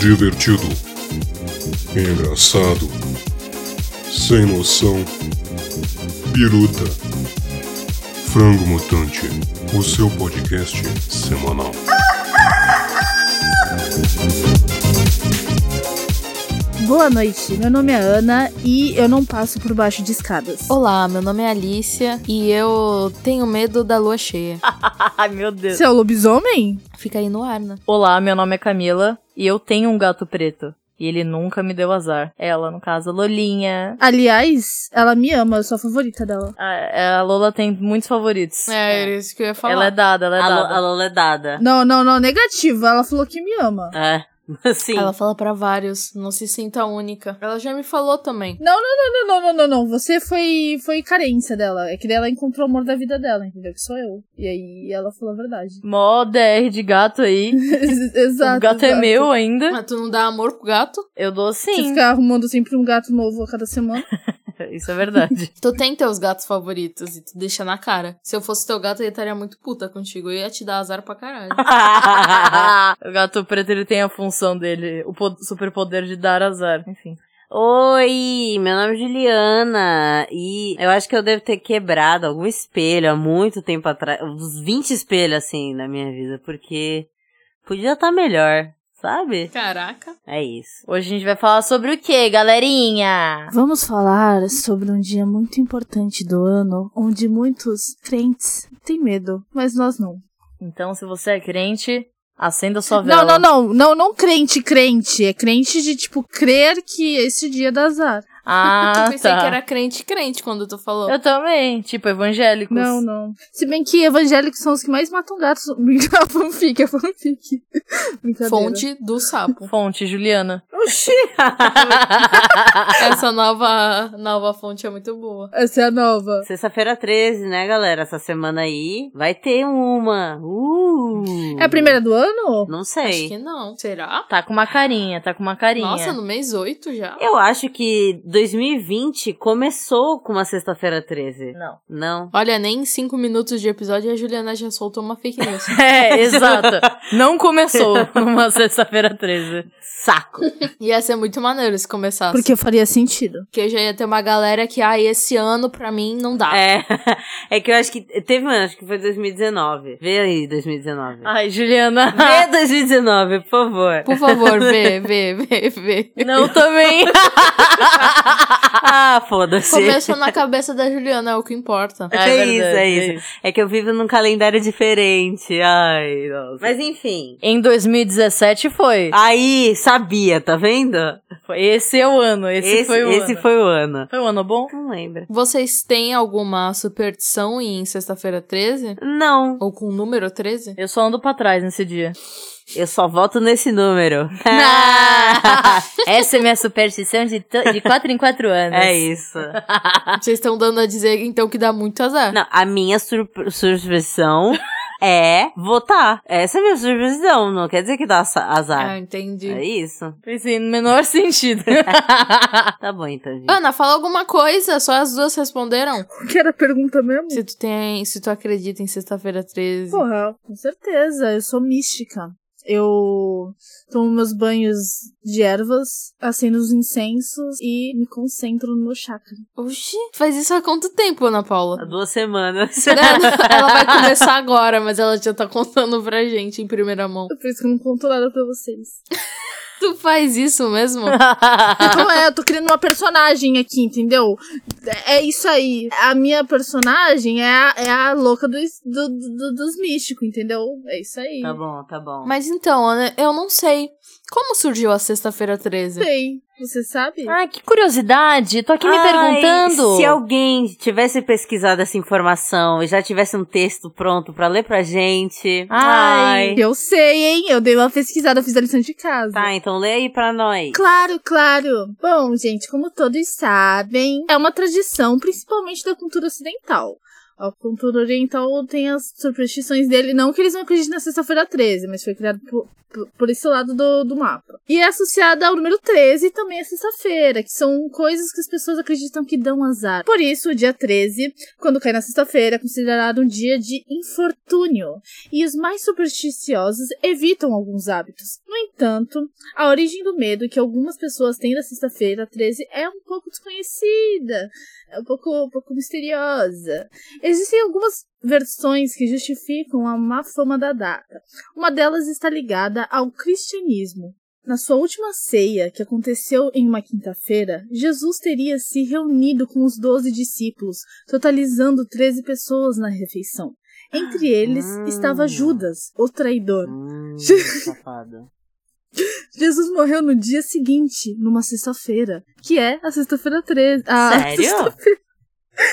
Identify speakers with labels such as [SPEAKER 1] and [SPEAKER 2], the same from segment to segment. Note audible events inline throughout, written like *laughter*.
[SPEAKER 1] Divertido. Engraçado. Sem noção. Biruta. Frango Mutante. O seu podcast semanal.
[SPEAKER 2] Boa noite, meu nome é Ana e eu não passo por baixo de escadas.
[SPEAKER 3] Olá, meu nome é Alicia e eu tenho medo da lua *laughs* cheia.
[SPEAKER 4] *laughs* Ai, meu Deus.
[SPEAKER 2] Você é o lobisomem?
[SPEAKER 3] Fica aí no ar, né?
[SPEAKER 4] Olá, meu nome é Camila e eu tenho um gato preto. E ele nunca me deu azar. Ela, no caso, a Lolinha.
[SPEAKER 2] Aliás, ela me ama, eu sou a favorita dela.
[SPEAKER 4] A, a Lola tem muitos favoritos.
[SPEAKER 3] É, era isso que eu ia falar.
[SPEAKER 4] Ela é dada, ela é
[SPEAKER 5] A, Lo-
[SPEAKER 4] dada.
[SPEAKER 5] a Lola é dada.
[SPEAKER 2] Não, não, não, negativa. Ela falou que me ama.
[SPEAKER 5] É, *laughs* sim.
[SPEAKER 3] Ela fala pra vários, não se sinta única. Ela já me falou também.
[SPEAKER 2] Ah, Não, não, não, não, não. Você foi, foi carência dela. É que daí ela encontrou o amor da vida dela, entendeu? Que sou eu. E aí ela falou a verdade.
[SPEAKER 4] Mó DR de gato aí.
[SPEAKER 2] *laughs* exato.
[SPEAKER 4] o gato é
[SPEAKER 2] exato.
[SPEAKER 4] meu ainda.
[SPEAKER 3] Mas tu não dá amor pro gato?
[SPEAKER 4] Eu dou
[SPEAKER 2] Você
[SPEAKER 4] sim.
[SPEAKER 2] fica arrumando sempre um gato novo a cada semana.
[SPEAKER 4] *laughs* Isso é verdade.
[SPEAKER 3] Tu tem teus gatos favoritos e tu deixa na cara. Se eu fosse teu gato, ele estaria muito puta contigo. Eu ia te dar azar pra
[SPEAKER 4] *laughs*
[SPEAKER 3] caralho.
[SPEAKER 4] o gato preto, ele tem a função dele. O po- superpoder de dar azar. Enfim.
[SPEAKER 5] Oi, meu nome é Juliana e eu acho que eu devo ter quebrado algum espelho há muito tempo atrás, uns 20 espelhos assim na minha vida, porque podia estar melhor, sabe?
[SPEAKER 3] Caraca.
[SPEAKER 5] É isso.
[SPEAKER 4] Hoje a gente vai falar sobre o que, galerinha?
[SPEAKER 2] *laughs* Vamos falar sobre um dia muito importante do ano, onde muitos crentes têm medo, mas nós não.
[SPEAKER 4] Então, se você é crente, acenda sua vela.
[SPEAKER 2] Não, não, não, não, não crente, crente. É crente de, tipo, crer que esse dia dá azar.
[SPEAKER 4] Ah,
[SPEAKER 3] *laughs* eu pensei
[SPEAKER 4] tá.
[SPEAKER 3] que era crente crente quando tu falou.
[SPEAKER 4] Eu também, tipo, evangélicos.
[SPEAKER 2] Não, não. Se bem que evangélicos são os que mais matam gatos. *laughs* Brinca- A fanfic, a fanfic. Brincadeira.
[SPEAKER 3] Fonte do
[SPEAKER 4] *laughs*
[SPEAKER 3] sapo.
[SPEAKER 4] Fonte, Juliana.
[SPEAKER 5] Oxi!
[SPEAKER 3] Essa nova, nova fonte é muito boa.
[SPEAKER 2] Essa é a nova.
[SPEAKER 5] Sexta-feira 13, né, galera? Essa semana aí vai ter uma. Uh!
[SPEAKER 2] É a primeira do ano?
[SPEAKER 5] Hum, Não
[SPEAKER 3] Acho
[SPEAKER 5] sei.
[SPEAKER 3] que não. Será?
[SPEAKER 4] Tá com uma carinha, tá com uma carinha. *laughs*
[SPEAKER 3] Nossa, no mês 8 já?
[SPEAKER 5] Eu acho que 2020 começou com uma sexta-feira 13.
[SPEAKER 4] Não.
[SPEAKER 5] Não.
[SPEAKER 3] Olha, nem em 5 minutos de episódio a Juliana já soltou uma fake
[SPEAKER 5] *laughs*
[SPEAKER 3] news.
[SPEAKER 4] É, exato. Não começou numa sexta-feira 13.
[SPEAKER 5] Saco.
[SPEAKER 3] ia ser muito maneiro se começasse.
[SPEAKER 2] Porque faria sentido.
[SPEAKER 3] Porque já ia ter uma galera que, ai, esse ano pra mim não dá.
[SPEAKER 5] É, é *laughs* que eu acho que teve um ano, acho que foi 2019. Vê aí 2019.
[SPEAKER 4] Ai, Juliana.
[SPEAKER 5] Vê 2019, por favor.
[SPEAKER 3] Por favor, vê, vê, vê, vê.
[SPEAKER 4] Não também.
[SPEAKER 5] *laughs* ah, foda-se.
[SPEAKER 3] Começa na cabeça da Juliana, é o que importa.
[SPEAKER 5] É isso, é isso. É que eu vivo num calendário diferente. Ai, nossa. Mas enfim.
[SPEAKER 4] Em 2017 foi.
[SPEAKER 5] Ah. Aí, sabia, tá vendo?
[SPEAKER 4] Foi- Esse é o ano, esse, foi o
[SPEAKER 5] esse
[SPEAKER 4] ano.
[SPEAKER 5] foi o ano.
[SPEAKER 4] Foi um ano bom?
[SPEAKER 5] Não lembro.
[SPEAKER 3] Vocês têm alguma superstição em sexta-feira 13?
[SPEAKER 5] Não,
[SPEAKER 3] Ou com o número 13?
[SPEAKER 4] Eu só ando pra trás nesse dia.
[SPEAKER 5] eu só voto nesse número.
[SPEAKER 4] Essa é minha superstição de, to- de 4 em 4 anos.
[SPEAKER 5] *laughs* é isso.
[SPEAKER 3] Vocês estão dando a dizer, então, que dá muito azar.
[SPEAKER 5] Não, a minha surp- superstição *laughs* é votar. Essa é a minha superstição. Não quer dizer que dá aza- azar.
[SPEAKER 3] Ah, entendi.
[SPEAKER 5] É
[SPEAKER 4] *laughs*
[SPEAKER 5] isso.
[SPEAKER 4] Pensei no menor
[SPEAKER 5] *laughs*
[SPEAKER 4] sentido.
[SPEAKER 5] Tá bom, então, gente.
[SPEAKER 3] Ana, fala alguma coisa, só as duas responderam.
[SPEAKER 2] Qual que era a pergunta mesmo?
[SPEAKER 3] Se tu tem, se tu acredita em sexta-feira 13.
[SPEAKER 2] Porra, com certeza. Eu sou mística. Eu tomo meus banhos de ervas, acendo os incensos e me concentro no meu chakra.
[SPEAKER 3] Oxi, faz isso há quanto tempo, Ana Paula?
[SPEAKER 5] Há *laughs* duas semanas.
[SPEAKER 3] Né? ela vai começar agora, mas ela já tá contando pra gente em primeira mão.
[SPEAKER 2] Por isso que eu não conto nada pra vocês.
[SPEAKER 3] Tu faz isso mesmo?
[SPEAKER 2] Então é, eu tô criando uma personagem aqui, entendeu? É isso aí. A minha personagem é a, é a louca dos, do, do- dos místicos, entendeu? É isso aí.
[SPEAKER 5] Tá bom, tá bom.
[SPEAKER 3] Mas então, Ana, eu não sei. Como surgiu a sexta-feira
[SPEAKER 2] Não
[SPEAKER 3] 13?
[SPEAKER 2] sei. Você sabe?
[SPEAKER 4] Ah, que curiosidade. Tô aqui me
[SPEAKER 5] Ai,
[SPEAKER 4] perguntando.
[SPEAKER 5] Se alguém tivesse pesquisado essa informação e já tivesse um texto pronto pra ler pra gente.
[SPEAKER 4] Ai.
[SPEAKER 2] Eu sei, hein? Eu dei uma pesquisada, eu fiz a lição de casa.
[SPEAKER 5] Tá, então lê aí pra nós.
[SPEAKER 2] Claro, claro. Bom, gente, como todos sabem, é uma tradição, principalmente da cultura ocidental. A cultura oriental tem as superstições dele, não que eles não acreditem na sexta-feira 13, mas foi criado por, por- por esse lado do, do mapa. E é associada ao número 13 e também à sexta-feira, que são coisas que as pessoas acreditam que dão azar. Por isso, o dia 13, quando cai na sexta-feira, é considerado um dia de infortúnio e os mais supersticiosos evitam alguns hábitos. No entanto, a origem do medo que algumas pessoas têm da sexta-feira 13 é um pouco desconhecida, é um pouco, um pouco misteriosa. Existem algumas versões que justificam a má fama da data. Uma delas está ligada ao cristianismo. Na sua última ceia, que aconteceu em uma quinta-feira, Jesus teria se reunido com os doze discípulos, totalizando 13 pessoas na refeição. Entre eles
[SPEAKER 5] Ah.
[SPEAKER 2] estava Judas, o traidor.
[SPEAKER 5] Hum, safado.
[SPEAKER 2] Jesus morreu no dia seguinte, numa sexta-feira, que é a sexta-feira 13. A
[SPEAKER 5] Sério?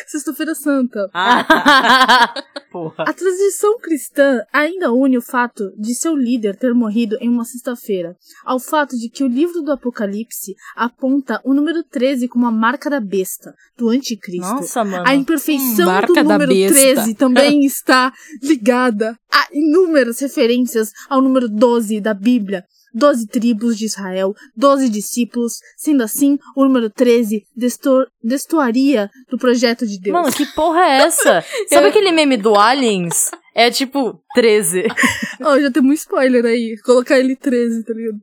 [SPEAKER 2] sexta-feira santa.
[SPEAKER 5] Ah, tá. Porra.
[SPEAKER 2] A tradição cristã ainda une o fato de seu líder ter morrido em uma sexta-feira ao fato de que o livro do Apocalipse aponta o número 13 como a marca da besta, do anticristo.
[SPEAKER 4] Nossa, mano.
[SPEAKER 2] A imperfeição
[SPEAKER 3] Hum, Marca
[SPEAKER 2] do
[SPEAKER 3] da
[SPEAKER 2] número
[SPEAKER 3] besta.
[SPEAKER 2] 13
[SPEAKER 3] *laughs*
[SPEAKER 2] também está ligada a inúmeras referências ao número 12 da Bíblia. Doze tribos de Israel, doze discípulos, sendo assim, o número 13 desto- destoaria do projeto de Deus.
[SPEAKER 4] Mano, que porra é essa? Sabe aquele meme do Aliens? É tipo
[SPEAKER 5] *laughs*
[SPEAKER 4] 13.
[SPEAKER 2] Ó, já tem muito spoiler aí. Colocar ele 13, tá ligado?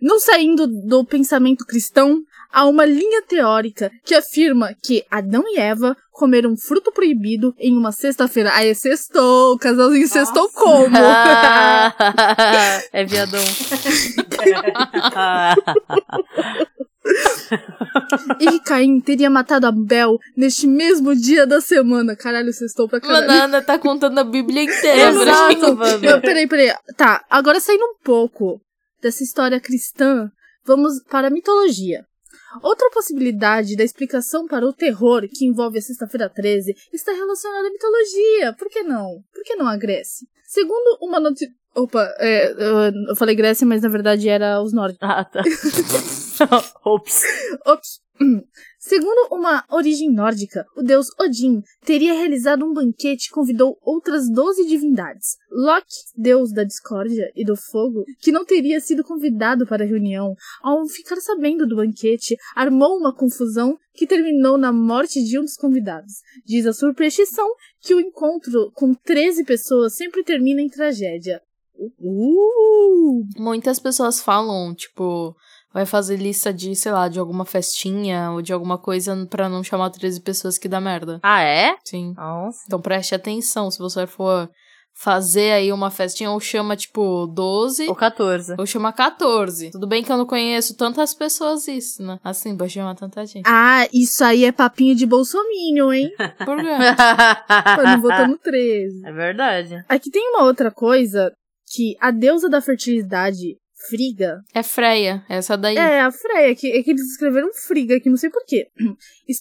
[SPEAKER 2] Não saindo do pensamento cristão, há uma linha teórica que afirma que Adão e Eva comeram fruto proibido em uma sexta-feira. Aí é sextou, o casalzinho sextou como?
[SPEAKER 4] é viadão.
[SPEAKER 5] Ah,
[SPEAKER 2] E que Caim teria matado Abel neste mesmo dia da semana. Caralho, sextou pra caralho.
[SPEAKER 3] Mano, a Ana tá contando a Bíblia inteira. pra gente.
[SPEAKER 4] Exato, mano.
[SPEAKER 2] Eu- peraí, peraí. Tá, agora saindo um pouco dessa história cristã, vamos para a mitologia. Outra possibilidade da explicação para o terror que envolve a Sexta-feira 13 está relacionada à mitologia. Por que não? Por que não a Grécia? Segundo uma notícia. Opa, é, eu- eu falei Grécia, mas na verdade era os nórdicos.
[SPEAKER 4] Ah, tá. Ops.
[SPEAKER 2] Ops. Segundo uma origem nórdica, o deus Odin teria realizado um banquete e convidou outras 12 divindades. Loki, deus da discórdia e do fogo, que não teria sido convidado para a reunião, ao ficar sabendo do banquete, armou uma confusão que terminou na morte de um dos convidados. Diz a superstição que o encontro com 13 pessoas sempre termina em tragédia. Uh!
[SPEAKER 3] Muitas pessoas falam, tipo, vai fazer lista de, sei lá, de alguma festinha ou de alguma coisa pra não chamar 13 pessoas que dá
[SPEAKER 4] *laughs*
[SPEAKER 3] merda.
[SPEAKER 4] Ah, é?
[SPEAKER 3] Sim.
[SPEAKER 4] *laughs* Nossa.
[SPEAKER 3] Então preste atenção se você for fazer aí uma festinha ou chama, tipo, 12.
[SPEAKER 4] Ou 14.
[SPEAKER 3] Ou chama 14. Tudo bem que eu não conheço tantas pessoas isso, né? Assim, vai chamar tanta gente.
[SPEAKER 2] Ah, isso aí é papinho de bolsominion, hein?
[SPEAKER 3] Por quê?
[SPEAKER 2] *laughs* Pra não votar no 13.
[SPEAKER 4] É verdade.
[SPEAKER 2] Aqui tem uma outra coisa que a deusa da fertilidade, Friga,
[SPEAKER 3] É Freia, essa daí.
[SPEAKER 2] é a Freia, que, é que eles escreveram Friga aqui, não sei *clears throat* porquê.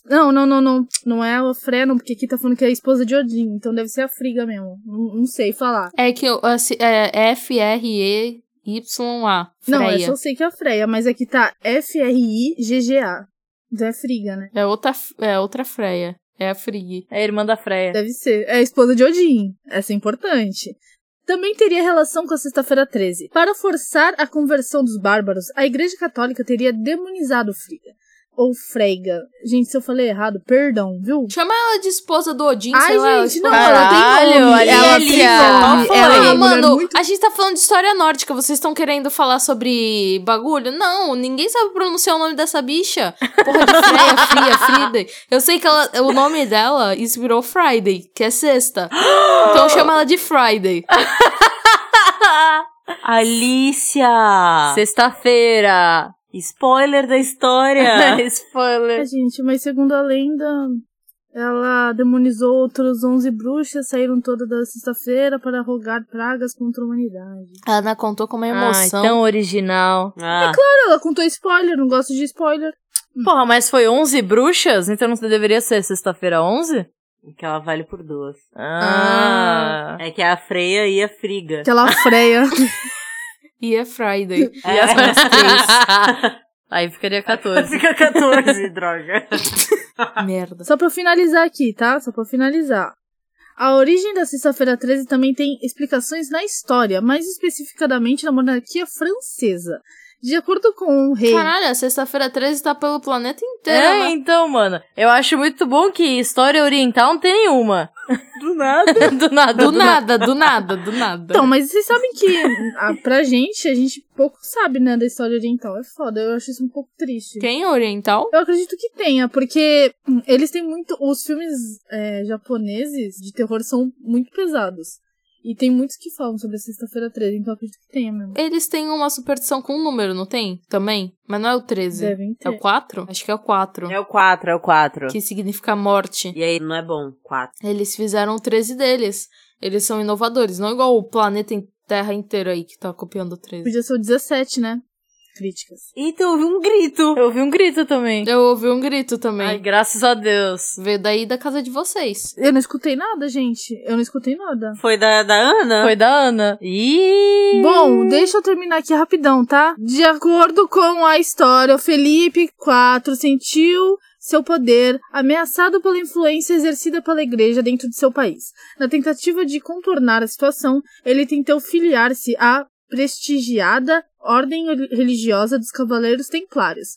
[SPEAKER 2] Não, não, não, não, não é a Freia, não, porque aqui tá falando que é a esposa de Odin, então deve ser a Friga mesmo, não, não sei falar.
[SPEAKER 3] É, que eu, assim, é F-R-E-Y-A. Freia.
[SPEAKER 2] Não, eu só sei que é a Freia, mas aqui tá F-R-I-G-G-A, então é Friga, né?
[SPEAKER 3] é, outra, é outra Freia. É a Frigg.
[SPEAKER 4] É a irmã da Freya.
[SPEAKER 2] Deve ser. É a esposa de Odin. Essa é importante. Também teria relação com a Sexta-feira 13. Para forçar a conversão dos bárbaros, a Igreja Católica teria demonizado Friga. Ou Freyga. Gente, se eu falei errado, perdão, viu?
[SPEAKER 3] Chama ela é de esposa do Odin,
[SPEAKER 2] Ai,
[SPEAKER 3] sei lá.
[SPEAKER 2] gente, não,
[SPEAKER 3] esposa-
[SPEAKER 2] ela tem
[SPEAKER 4] Caralho,
[SPEAKER 2] nome.
[SPEAKER 4] olha
[SPEAKER 2] ela
[SPEAKER 4] aí,
[SPEAKER 2] tem
[SPEAKER 4] Lia.
[SPEAKER 2] nome.
[SPEAKER 4] Qual
[SPEAKER 2] Ela
[SPEAKER 4] foi?
[SPEAKER 2] é
[SPEAKER 3] ah,
[SPEAKER 2] uma mulher
[SPEAKER 3] mano,
[SPEAKER 2] muito...
[SPEAKER 3] a gente tá falando de história nórdica. Vocês estão querendo falar sobre bagulho? Não, ninguém sabe pronunciar o nome dessa bicha. Porra
[SPEAKER 2] *laughs*
[SPEAKER 3] de Freya, Fria, Frida. Eu sei que ela, o nome dela inspirou Friday, que é sexta. Então chama ela de Friday.
[SPEAKER 5] Alicia!
[SPEAKER 4] Sexta-feira.
[SPEAKER 5] Spoiler
[SPEAKER 4] *laughs*
[SPEAKER 5] da história!
[SPEAKER 4] Spoiler.
[SPEAKER 2] É, gente, mas segundo a lenda, ela demonizou outros 11 bruxas, saíram toda da sexta-feira para rogar pragas contra a humanidade.
[SPEAKER 3] A Ana contou com uma
[SPEAKER 4] Ah,
[SPEAKER 3] emoção.
[SPEAKER 2] então-
[SPEAKER 4] tão original.
[SPEAKER 5] Ah,
[SPEAKER 2] Ela contou spoiler, não gosto de spoiler.
[SPEAKER 4] Porra, mas foi 11 bruxas? Então não deveria ser sexta-feira 11?
[SPEAKER 5] Ah, que ela vale por duas.
[SPEAKER 4] Ah.
[SPEAKER 5] É que é a Freia e a Friga.
[SPEAKER 2] Aquela freia.
[SPEAKER 3] E
[SPEAKER 2] *laughs*
[SPEAKER 3] é Friday.
[SPEAKER 4] E as
[SPEAKER 5] *laughs*
[SPEAKER 4] mais
[SPEAKER 5] É.
[SPEAKER 4] três? Aí ficaria *laughs* 14.
[SPEAKER 5] Fica 14, droga.
[SPEAKER 3] Merda.
[SPEAKER 2] Só pra finalizar aqui, tá? Só pra finalizar. A origem da Sexta-feira 13 também tem explicações na história, mais especificadamente na monarquia francesa. De acordo com o rei.
[SPEAKER 3] Caralho, a sexta-feira 13 tá pelo planeta inteiro,
[SPEAKER 4] É,
[SPEAKER 3] né?
[SPEAKER 4] então, mano. Eu acho muito bom que história oriental não tem nenhuma.
[SPEAKER 5] Do nada.
[SPEAKER 4] do nada.
[SPEAKER 2] *laughs*
[SPEAKER 3] Do nada, do nada, do nada.
[SPEAKER 2] Então, mas vocês sabem que a, pra gente, a gente pouco sabe, né, da história oriental. É foda, eu acho isso um pouco triste.
[SPEAKER 3] Tem é oriental?
[SPEAKER 2] Eu acredito que tenha, porque hum, eles têm muito. Os filmes é, japoneses de terror são muito pesados. E tem muitos que falam sobre a Sexta-feira 13, então eu acredito que tenha mesmo.
[SPEAKER 3] Eles têm uma superstição com um número, não tem? Também? Mas não é o 13.
[SPEAKER 2] Devem ter.
[SPEAKER 3] É o 4? Acho que é o 4.
[SPEAKER 5] É o 4, é o 4.
[SPEAKER 3] Que significa morte.
[SPEAKER 5] E aí, não é bom. 4.
[SPEAKER 3] Eles fizeram o 13 deles. Eles são inovadores, não igual o planeta em Terra inteiro aí que tá copiando o 13.
[SPEAKER 2] Podia ser o 17, né? Críticas.
[SPEAKER 5] Então, houve um grito.
[SPEAKER 4] Eu ouvi um grito também.
[SPEAKER 3] Eu ouvi um grito também.
[SPEAKER 4] Ai, graças a Deus.
[SPEAKER 3] Veio daí da casa de vocês.
[SPEAKER 2] Eu não escutei nada, gente. Eu não escutei nada.
[SPEAKER 5] Foi da, da Ana?
[SPEAKER 4] Foi da Ana. Ih!
[SPEAKER 2] Bom, deixa eu terminar aqui rapidão, tá? De acordo com a história, o Felipe IV sentiu seu poder ameaçado pela influência exercida pela igreja dentro de seu país. Na tentativa de contornar a situação, ele tentou filiar-se à prestigiada ordem religiosa dos Cavaleiros Templários.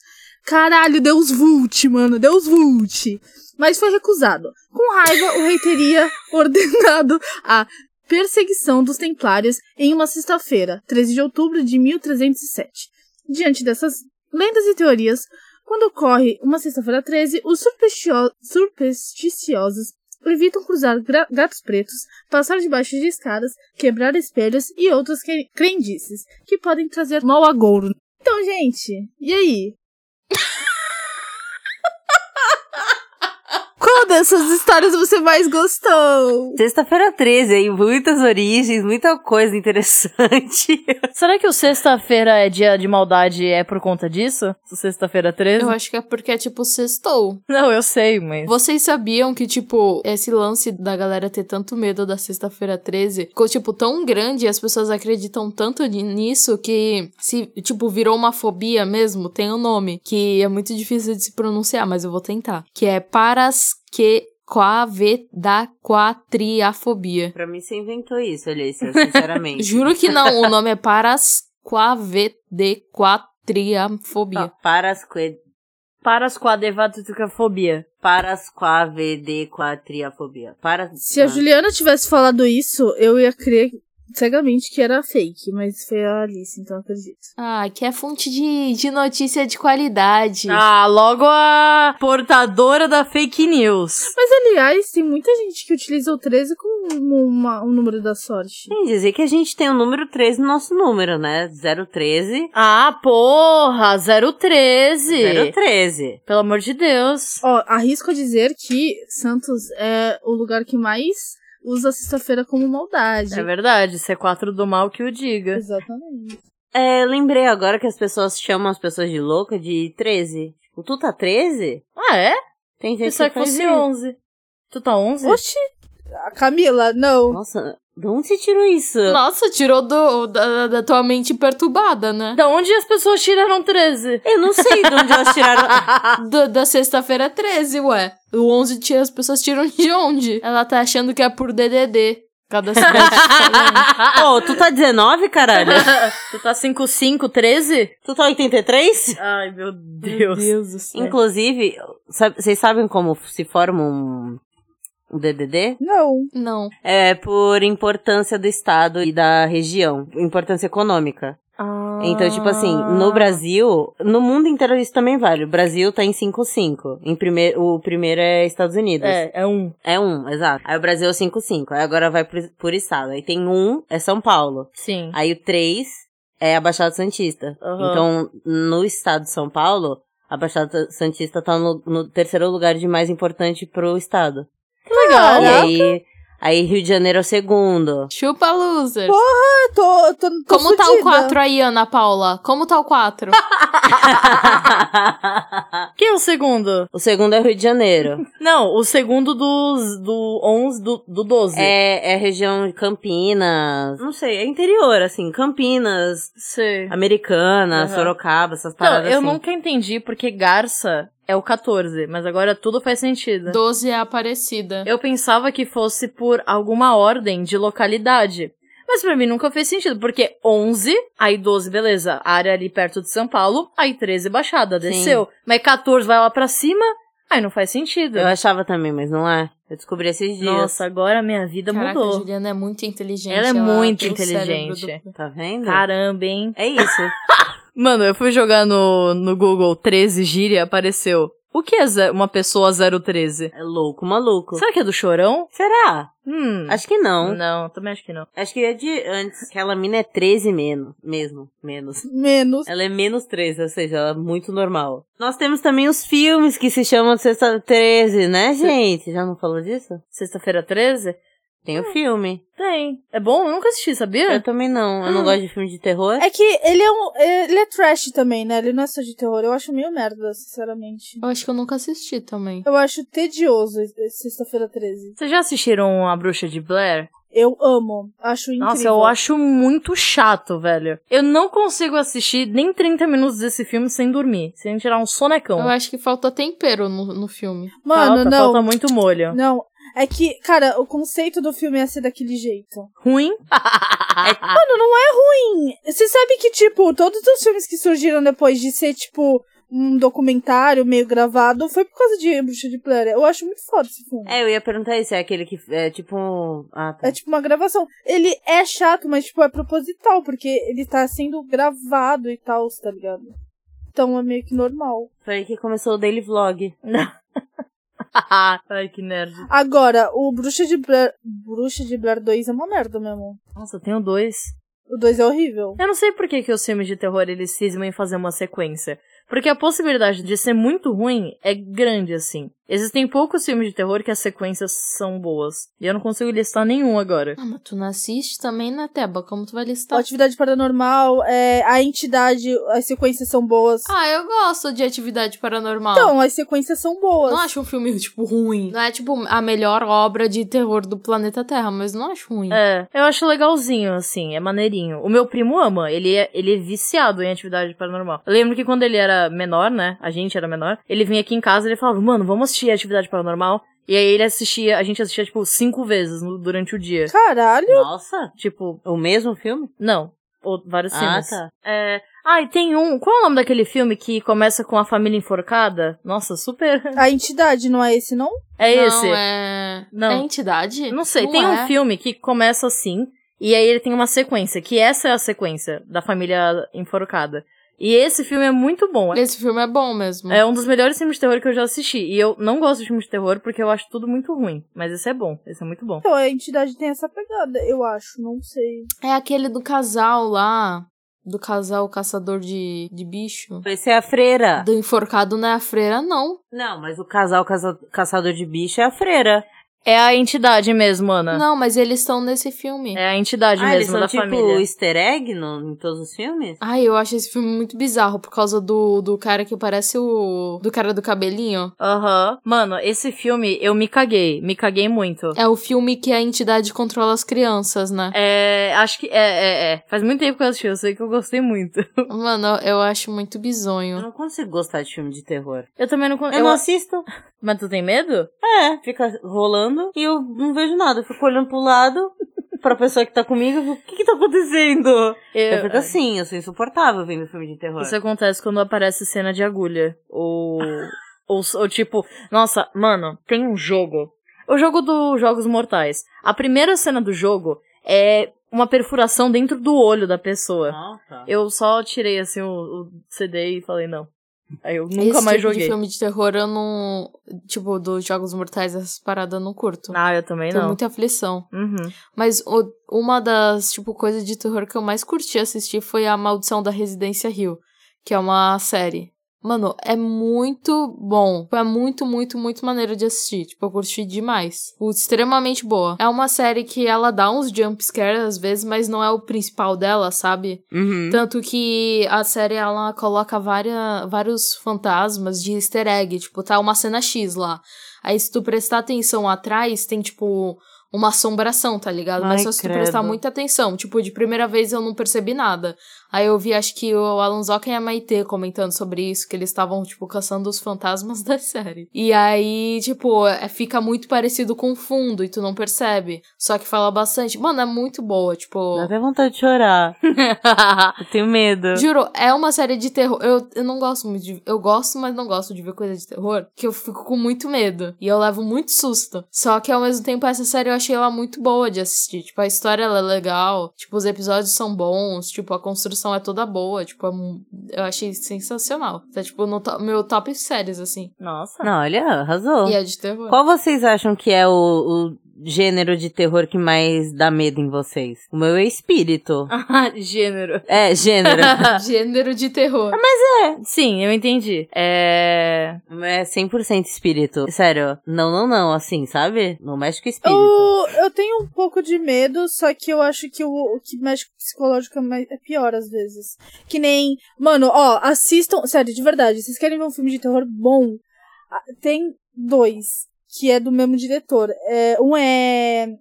[SPEAKER 2] Caralho, Deus Vult, mano, Deus Vult. Mas foi recusado. Com raiva, o rei teria *laughs* ordenado a perseguição dos templários em uma sexta-feira, 13 de outubro de 1307. Diante dessas lendas e teorias, quando ocorre uma sexta-feira 13, os superstitio- supersticiosos evitam cruzar gra- gatos pretos, passar debaixo de escadas, quebrar espelhos e outras que- crendices que podem trazer mau agouro. Então, gente, e aí? Qual dessas histórias você mais gostou?
[SPEAKER 5] Sexta-feira 13, aí, muitas origens, muita
[SPEAKER 4] *laughs*
[SPEAKER 5] coisa interessante.
[SPEAKER 4] Será que o sexta-feira é dia de maldade é por conta disso? O Sexta-feira 13?
[SPEAKER 3] Eu acho que é porque é tipo sextou.
[SPEAKER 4] Não, eu sei, mas.
[SPEAKER 3] Vocês sabiam que, tipo, esse lance da galera ter tanto medo da sexta-feira 13 ficou, tipo, tão grande e as pessoas acreditam tanto ni- nisso que se, tipo, virou uma fobia mesmo, tem um nome, que é muito difícil de se pronunciar, mas eu vou tentar. Que é parasquequavedaquatriafobia.
[SPEAKER 5] pra mim, você inventou isso, Alicia, *laughs* sinceramente.
[SPEAKER 3] Juro que não, o nome é parasquavedequatriafobia.
[SPEAKER 5] Ó, Parasque...
[SPEAKER 4] Parasquadevatucafobia.
[SPEAKER 5] Parasquavedequatriafobia. Para...
[SPEAKER 2] Se a
[SPEAKER 5] Ah.
[SPEAKER 2] Juliana tivesse falado isso, eu ia crer cegamente que era fake, mas foi a Alice, então eu acredito.
[SPEAKER 3] Ah, que é fonte de, de notícia de qualidade.
[SPEAKER 4] Ah, logo a portadora da fake news.
[SPEAKER 2] Mas, aliás, tem muita gente que utiliza o 13 como uma- um número da sorte.
[SPEAKER 5] Tem que dizer que a gente tem o número 13 no nosso número, né? 013.
[SPEAKER 4] Ah, porra! 013!
[SPEAKER 5] 013.
[SPEAKER 4] Pelo amor de Deus.
[SPEAKER 2] Ó, arrisco dizer que Santos é o lugar que mais usa a sexta-feira como maldade.
[SPEAKER 4] É verdade, C4 do mal que o diga.
[SPEAKER 2] Exatamente.
[SPEAKER 5] É, lembrei agora que as pessoas chamam as pessoas de louca de 13. Tipo, tu tá 13?
[SPEAKER 4] Ah, é?
[SPEAKER 5] Tem gente
[SPEAKER 4] Pensar
[SPEAKER 5] que
[SPEAKER 4] que
[SPEAKER 5] faz
[SPEAKER 4] fosse
[SPEAKER 5] isso.
[SPEAKER 4] 11. Tu tá 11?
[SPEAKER 2] Oxi! A Camila, não.
[SPEAKER 5] Nossa, de onde você tirou isso?
[SPEAKER 3] Nossa, tirou do, da, da tua mente perturbada, né?
[SPEAKER 4] Da onde as pessoas tiraram 13?
[SPEAKER 5] Eu não sei de onde elas
[SPEAKER 4] Tá.
[SPEAKER 5] tiraram.
[SPEAKER 3] Da, da sexta-feira 13, ué. O 11 tira, as pessoas tiram de onde? Ela tá achando que é por DDD. Cada
[SPEAKER 4] *laughs*
[SPEAKER 3] cidade.
[SPEAKER 5] Ô, tu tá 19, caralho?
[SPEAKER 4] *laughs* tu tá 5, 5, 13?
[SPEAKER 5] Tu tá 83?
[SPEAKER 4] Ai, meu Deus.
[SPEAKER 3] Deus do céu.
[SPEAKER 5] Inclusive, sabe- vocês sabem como se forma um, um DDD?
[SPEAKER 2] Não.
[SPEAKER 3] Não.
[SPEAKER 5] É por importância do estado e da região, importância econômica. Então, tipo
[SPEAKER 4] Ah.
[SPEAKER 5] assim, no Brasil, no mundo inteiro isso também vale. O Brasil tá em 5-5. Em primeiro, o primeiro é Estados Unidos.
[SPEAKER 4] É, é um.
[SPEAKER 5] É um, exato. Aí o Brasil é o 5-5. Aí agora vai por, por estado. Aí tem um, é São Paulo.
[SPEAKER 4] Sim.
[SPEAKER 5] Aí o 3 é a Baixada Santista.
[SPEAKER 4] Aham.
[SPEAKER 5] Então, no estado de São Paulo, a Baixada Santista tá no, no terceiro lugar de mais importante pro estado.
[SPEAKER 4] legal.
[SPEAKER 5] E aí, aí Rio de Janeiro é o *laughs* segundo.
[SPEAKER 3] Chupa, loser.
[SPEAKER 2] Eu tô, eu tô, tô
[SPEAKER 3] Como tá o
[SPEAKER 2] fudida.
[SPEAKER 3] 4 aí, Ana Paula? Como tá o 4?
[SPEAKER 4] Quem é o segundo?
[SPEAKER 5] o segundo é o Rio de Janeiro.
[SPEAKER 4] Não, o segundo dos, do 11, do, do 12.
[SPEAKER 5] é, é a região de Campinas. Não sei, é interior, assim. Campinas,
[SPEAKER 4] Sei.
[SPEAKER 5] Americana,
[SPEAKER 4] Aham.
[SPEAKER 5] Sorocaba, essas
[SPEAKER 4] Não,
[SPEAKER 5] paradas
[SPEAKER 4] eu
[SPEAKER 5] assim.
[SPEAKER 4] nunca entendi porque garça é o 14, mas agora tudo faz sentido.
[SPEAKER 3] 12 é Aparecida.
[SPEAKER 4] Eu pensava que fosse por alguma ordem de localidade. Mas pra mim nunca fez sentido, porque 11, aí 12, beleza, área ali perto de São Paulo, aí 13, Baixada, desceu. Mas 14 vai lá pra cima, aí não faz sentido.
[SPEAKER 5] Eu achava também, mas não é. Eu descobri esses dias.
[SPEAKER 4] Nossa, agora minha vida
[SPEAKER 3] Caraca, a
[SPEAKER 4] mudou.
[SPEAKER 3] Juliana é muito inteligente.
[SPEAKER 4] Ela é muito
[SPEAKER 3] tem o cérebro
[SPEAKER 4] inteligente.
[SPEAKER 3] do-
[SPEAKER 5] Tá vendo?
[SPEAKER 4] Caramba, hein?
[SPEAKER 5] É isso.
[SPEAKER 4] Mano, eu fui jogar no, no Google 13 gíria, apareceu. O que é ze- uma pessoa 013?
[SPEAKER 5] *laughs* É louco, maluco.
[SPEAKER 4] Será que é do chorão?
[SPEAKER 5] Será?
[SPEAKER 4] Hum.
[SPEAKER 5] Acho que não.
[SPEAKER 4] Não, também acho que não.
[SPEAKER 5] Acho que é de antes. Aquela mina é 13 menos. Mesmo.
[SPEAKER 2] *laughs*
[SPEAKER 5] Menos.
[SPEAKER 2] Menos.
[SPEAKER 5] Ela é menos 13, ou seja, ela é muito normal. Nós temos também os filmes que se chamam de Sexta 13, né, gente? Já não falou disso?
[SPEAKER 4] Sexta-feira 13?
[SPEAKER 5] Tem o filme.
[SPEAKER 4] Tem. É bom? Eu nunca assisti,
[SPEAKER 5] Eu
[SPEAKER 4] sabia?
[SPEAKER 5] também não. Eu não gosto de filme de terror.
[SPEAKER 2] É que ele é um. Ele é trash também, né? Ele não é só de terror. Eu acho meio merda, sinceramente.
[SPEAKER 3] Eu acho que eu nunca assisti
[SPEAKER 4] Tá
[SPEAKER 3] também.
[SPEAKER 2] Eu acho tedioso esse- esse sexta-feira 13.
[SPEAKER 4] Vocês já assistiram A Bruxa de Blair?
[SPEAKER 2] Eu amo. Acho incrível.
[SPEAKER 4] Nossa, eu acho muito chato, velho. Eu não consigo assistir nem 30 minutos desse filme sem dormir, sem tirar um sonecão.
[SPEAKER 3] Eu acho que falta tempero no, no filme.
[SPEAKER 2] Mano,
[SPEAKER 4] falta,
[SPEAKER 2] não.
[SPEAKER 4] falta muito molho.
[SPEAKER 2] Não. É que, cara, o conceito do filme é ser daquele jeito.
[SPEAKER 4] Ruim?
[SPEAKER 2] Sim, você sabe que, tipo, todos os filmes que surgiram depois de ser, tipo, um documentário meio gravado foi por causa de Bruxa de Blair. Eu acho muito foda esse filme.
[SPEAKER 5] É, eu ia perguntar isso. É aquele que é tipo. um- Ah, tá.
[SPEAKER 2] É tipo uma gravação. Ele é chato, mas tipo, é proposital, porque ele tá sendo gravado e tal, tá ligado? Então é meio que normal.
[SPEAKER 5] Foi aí que começou o
[SPEAKER 4] *laughs*
[SPEAKER 5] Daily Vlog.
[SPEAKER 4] Ai, que nerd.
[SPEAKER 2] Agora, o Bruxa de Blair. Bruxa de Blair 2 é uma merda mesmo.
[SPEAKER 4] Nossa, eu tenho dois.
[SPEAKER 2] O 2 é horrível.
[SPEAKER 4] Eu não sei por que, que os filmes de terror eles cismam em fazer uma sequência. Porque a possibilidade de ser muito ruim é grande, assim. Existem poucos filmes de terror que as sequências são boas. E eu não consigo listar nenhum agora.
[SPEAKER 3] Ah, mas tu não assiste também, né, Teba? Como tu vai listar?
[SPEAKER 2] Atividade paranormal, é, a entidade, as sequências são boas.
[SPEAKER 3] Ah, eu gosto de atividade paranormal.
[SPEAKER 2] Então, as sequências são boas.
[SPEAKER 3] Não acho um filme, tipo, ruim. Não é, tipo, a melhor obra de terror do planeta Terra, mas não acho ruim.
[SPEAKER 4] É, eu acho legalzinho, assim, é maneirinho. O meu primo ama, ele é, ele é viciado em atividade paranormal. Eu lembro que quando ele era menor, né? A gente era menor, ele vinha aqui em casa e ele falava, mano, vamos assistir atividade paranormal. E aí ele assistia, a gente assistia, tipo, cinco vezes no- durante o dia.
[SPEAKER 2] Caralho.
[SPEAKER 5] Nossa!
[SPEAKER 4] Tipo,
[SPEAKER 5] O mesmo filme?
[SPEAKER 4] não. Ou vários
[SPEAKER 5] ah,
[SPEAKER 4] filmes.
[SPEAKER 5] tá.
[SPEAKER 4] É. Ah, e tem um. Qual é o nome daquele filme que começa com a família enforcada? Nossa, super.
[SPEAKER 2] A entidade não é esse, não?
[SPEAKER 4] É
[SPEAKER 3] não,
[SPEAKER 4] esse.
[SPEAKER 3] É...
[SPEAKER 4] Não.
[SPEAKER 3] é entidade?
[SPEAKER 4] Não sei, tem
[SPEAKER 3] é.
[SPEAKER 4] um filme que começa assim, e aí ele tem uma sequência, que essa é a sequência da família enforcada. E esse filme é muito bom.
[SPEAKER 3] Esse filme é bom mesmo.
[SPEAKER 4] É um dos melhores filmes de terror que eu já assisti. E eu não gosto de filmes de terror porque eu acho tudo muito ruim. Mas esse é bom, esse é muito bom.
[SPEAKER 2] Então, a entidade tem essa pegada, eu acho, não sei.
[SPEAKER 3] É aquele do casal lá. Do casal caçador de, de bicho.
[SPEAKER 5] Esse é a
[SPEAKER 4] Tá.
[SPEAKER 5] freira.
[SPEAKER 3] Do enforcado não é a freira, não.
[SPEAKER 5] Não, mas o casal caça- caçador de bicho é a freira.
[SPEAKER 4] É a entidade mesmo, Ana.
[SPEAKER 3] Não, mas eles estão nesse filme.
[SPEAKER 4] Tá. É a entidade
[SPEAKER 5] Ah, eles
[SPEAKER 4] mesmo
[SPEAKER 5] são
[SPEAKER 4] da
[SPEAKER 5] tipo
[SPEAKER 4] família.
[SPEAKER 5] easter egg no, em todos os filmes?
[SPEAKER 3] Ai, eu acho esse filme muito bizarro por causa do, do cara que parece o. do cara do cabelinho.
[SPEAKER 4] Aham. Mano, esse filme eu me caguei. Me caguei muito.
[SPEAKER 3] É o filme que a entidade controla as crianças, né?
[SPEAKER 4] É, acho que. É, é, é. Faz muito tempo que eu assisti, eu sei que eu gostei muito.
[SPEAKER 3] Mano, eu eu acho muito
[SPEAKER 5] Eu
[SPEAKER 3] bizonho.
[SPEAKER 5] não consigo gostar de filme de terror.
[SPEAKER 4] Eu também não. con-
[SPEAKER 5] Eu, não assisto.
[SPEAKER 4] Mas tu tem medo?
[SPEAKER 5] É, fica rolando e eu não vejo nada. Eu fico olhando pro lado, *laughs* pra pessoa que tá comigo, eu fico, o que que tá acontecendo? Eu, fico assim, eu sou insuportável vendo filme de terror.
[SPEAKER 4] Isso é acontece quando aparece cena de agulha. Ou. ou, ou tipo. Nossa, mano, tem um jogo. O jogo dos Jogos Mortais. A primeira cena do jogo é uma perfuração dentro do olho da pessoa.
[SPEAKER 5] Nossa.
[SPEAKER 4] Eu só tirei assim o, o CD e falei, não. Aí eu nunca
[SPEAKER 3] Esse
[SPEAKER 4] mais
[SPEAKER 3] tipo
[SPEAKER 4] joguei.
[SPEAKER 3] De filme de terror, eu não. Tipo, dos Jogos Mortais, essas paradas eu não curto.
[SPEAKER 4] Ah, eu também
[SPEAKER 3] Tenho
[SPEAKER 4] não.
[SPEAKER 3] muita aflição.
[SPEAKER 4] Uhum.
[SPEAKER 3] Mas o- uma das, tipo, coisas de terror que eu mais curti assistir foi A Maldição da Residência Hill, que é uma série. Mano, é muito bom. É muito, muito, muito maneiro de assistir. Tipo, eu curti demais. O extremamente boa. É uma série que ela dá uns jumpscares às vezes, mas não é o principal dela, sabe?
[SPEAKER 5] Uhum.
[SPEAKER 3] Tanto que a série, ela coloca várias, vários fantasmas de easter egg. Tipo, tá uma cena X lá. Aí, se tu prestar atenção atrás, tem, tipo, uma assombração, tá ligado? Mas
[SPEAKER 5] Ai,
[SPEAKER 3] só se tu
[SPEAKER 5] credo.
[SPEAKER 3] prestar muita atenção. Tipo, de primeira vez eu não percebi nada. Aí eu vi, acho que o Alan Zoka e a Maitê comentando sobre isso, que eles estavam, tipo, caçando os fantasmas *laughs* da série. E aí, tipo, é- fica muito parecido com o fundo e tu não percebe. Só que fala bastante. Mano, é muito boa, tipo.
[SPEAKER 5] Dá até vontade de chorar. Eu tenho medo.
[SPEAKER 3] Juro, é uma série de terror. Eu, eu não gosto muito de. Eu gosto, mas não gosto de ver coisa de terror. Que eu fico com muito medo. E eu levo muito susto. Só que ao mesmo tempo, essa série eu achei ela muito boa de assistir. Tipo, a história ela é legal. Tipo, os episódios são bons. Tipo, a construção é toda boa. Tipo, é mu- eu achei sensacional. Tá, tipo, no to- meu top séries, assim.
[SPEAKER 4] Nossa.
[SPEAKER 5] Não, olha, arrasou.
[SPEAKER 3] E é de terror.
[SPEAKER 5] Qual vocês acham que é o, o gênero de terror que mais dá medo em vocês? O meu é espírito.
[SPEAKER 4] *laughs* Ah. Gênero.
[SPEAKER 5] É, gênero.
[SPEAKER 3] *laughs* Gênero de terror.
[SPEAKER 4] É, sim, eu entendi. É.
[SPEAKER 5] O meu é 100% espírito. Sério, não, não, não, assim, sabe? Não mexe com espírito.
[SPEAKER 2] Eu, eu tenho um pouco de medo, só que eu acho que o, o que mexe com o psicológico é mais- é pior às vezes. Que nem. Mano, ó, assistam. Sério, de verdade, vocês querem ver um filme de terror bom? Ah, Tem dois, que é do mesmo diretor. É, um é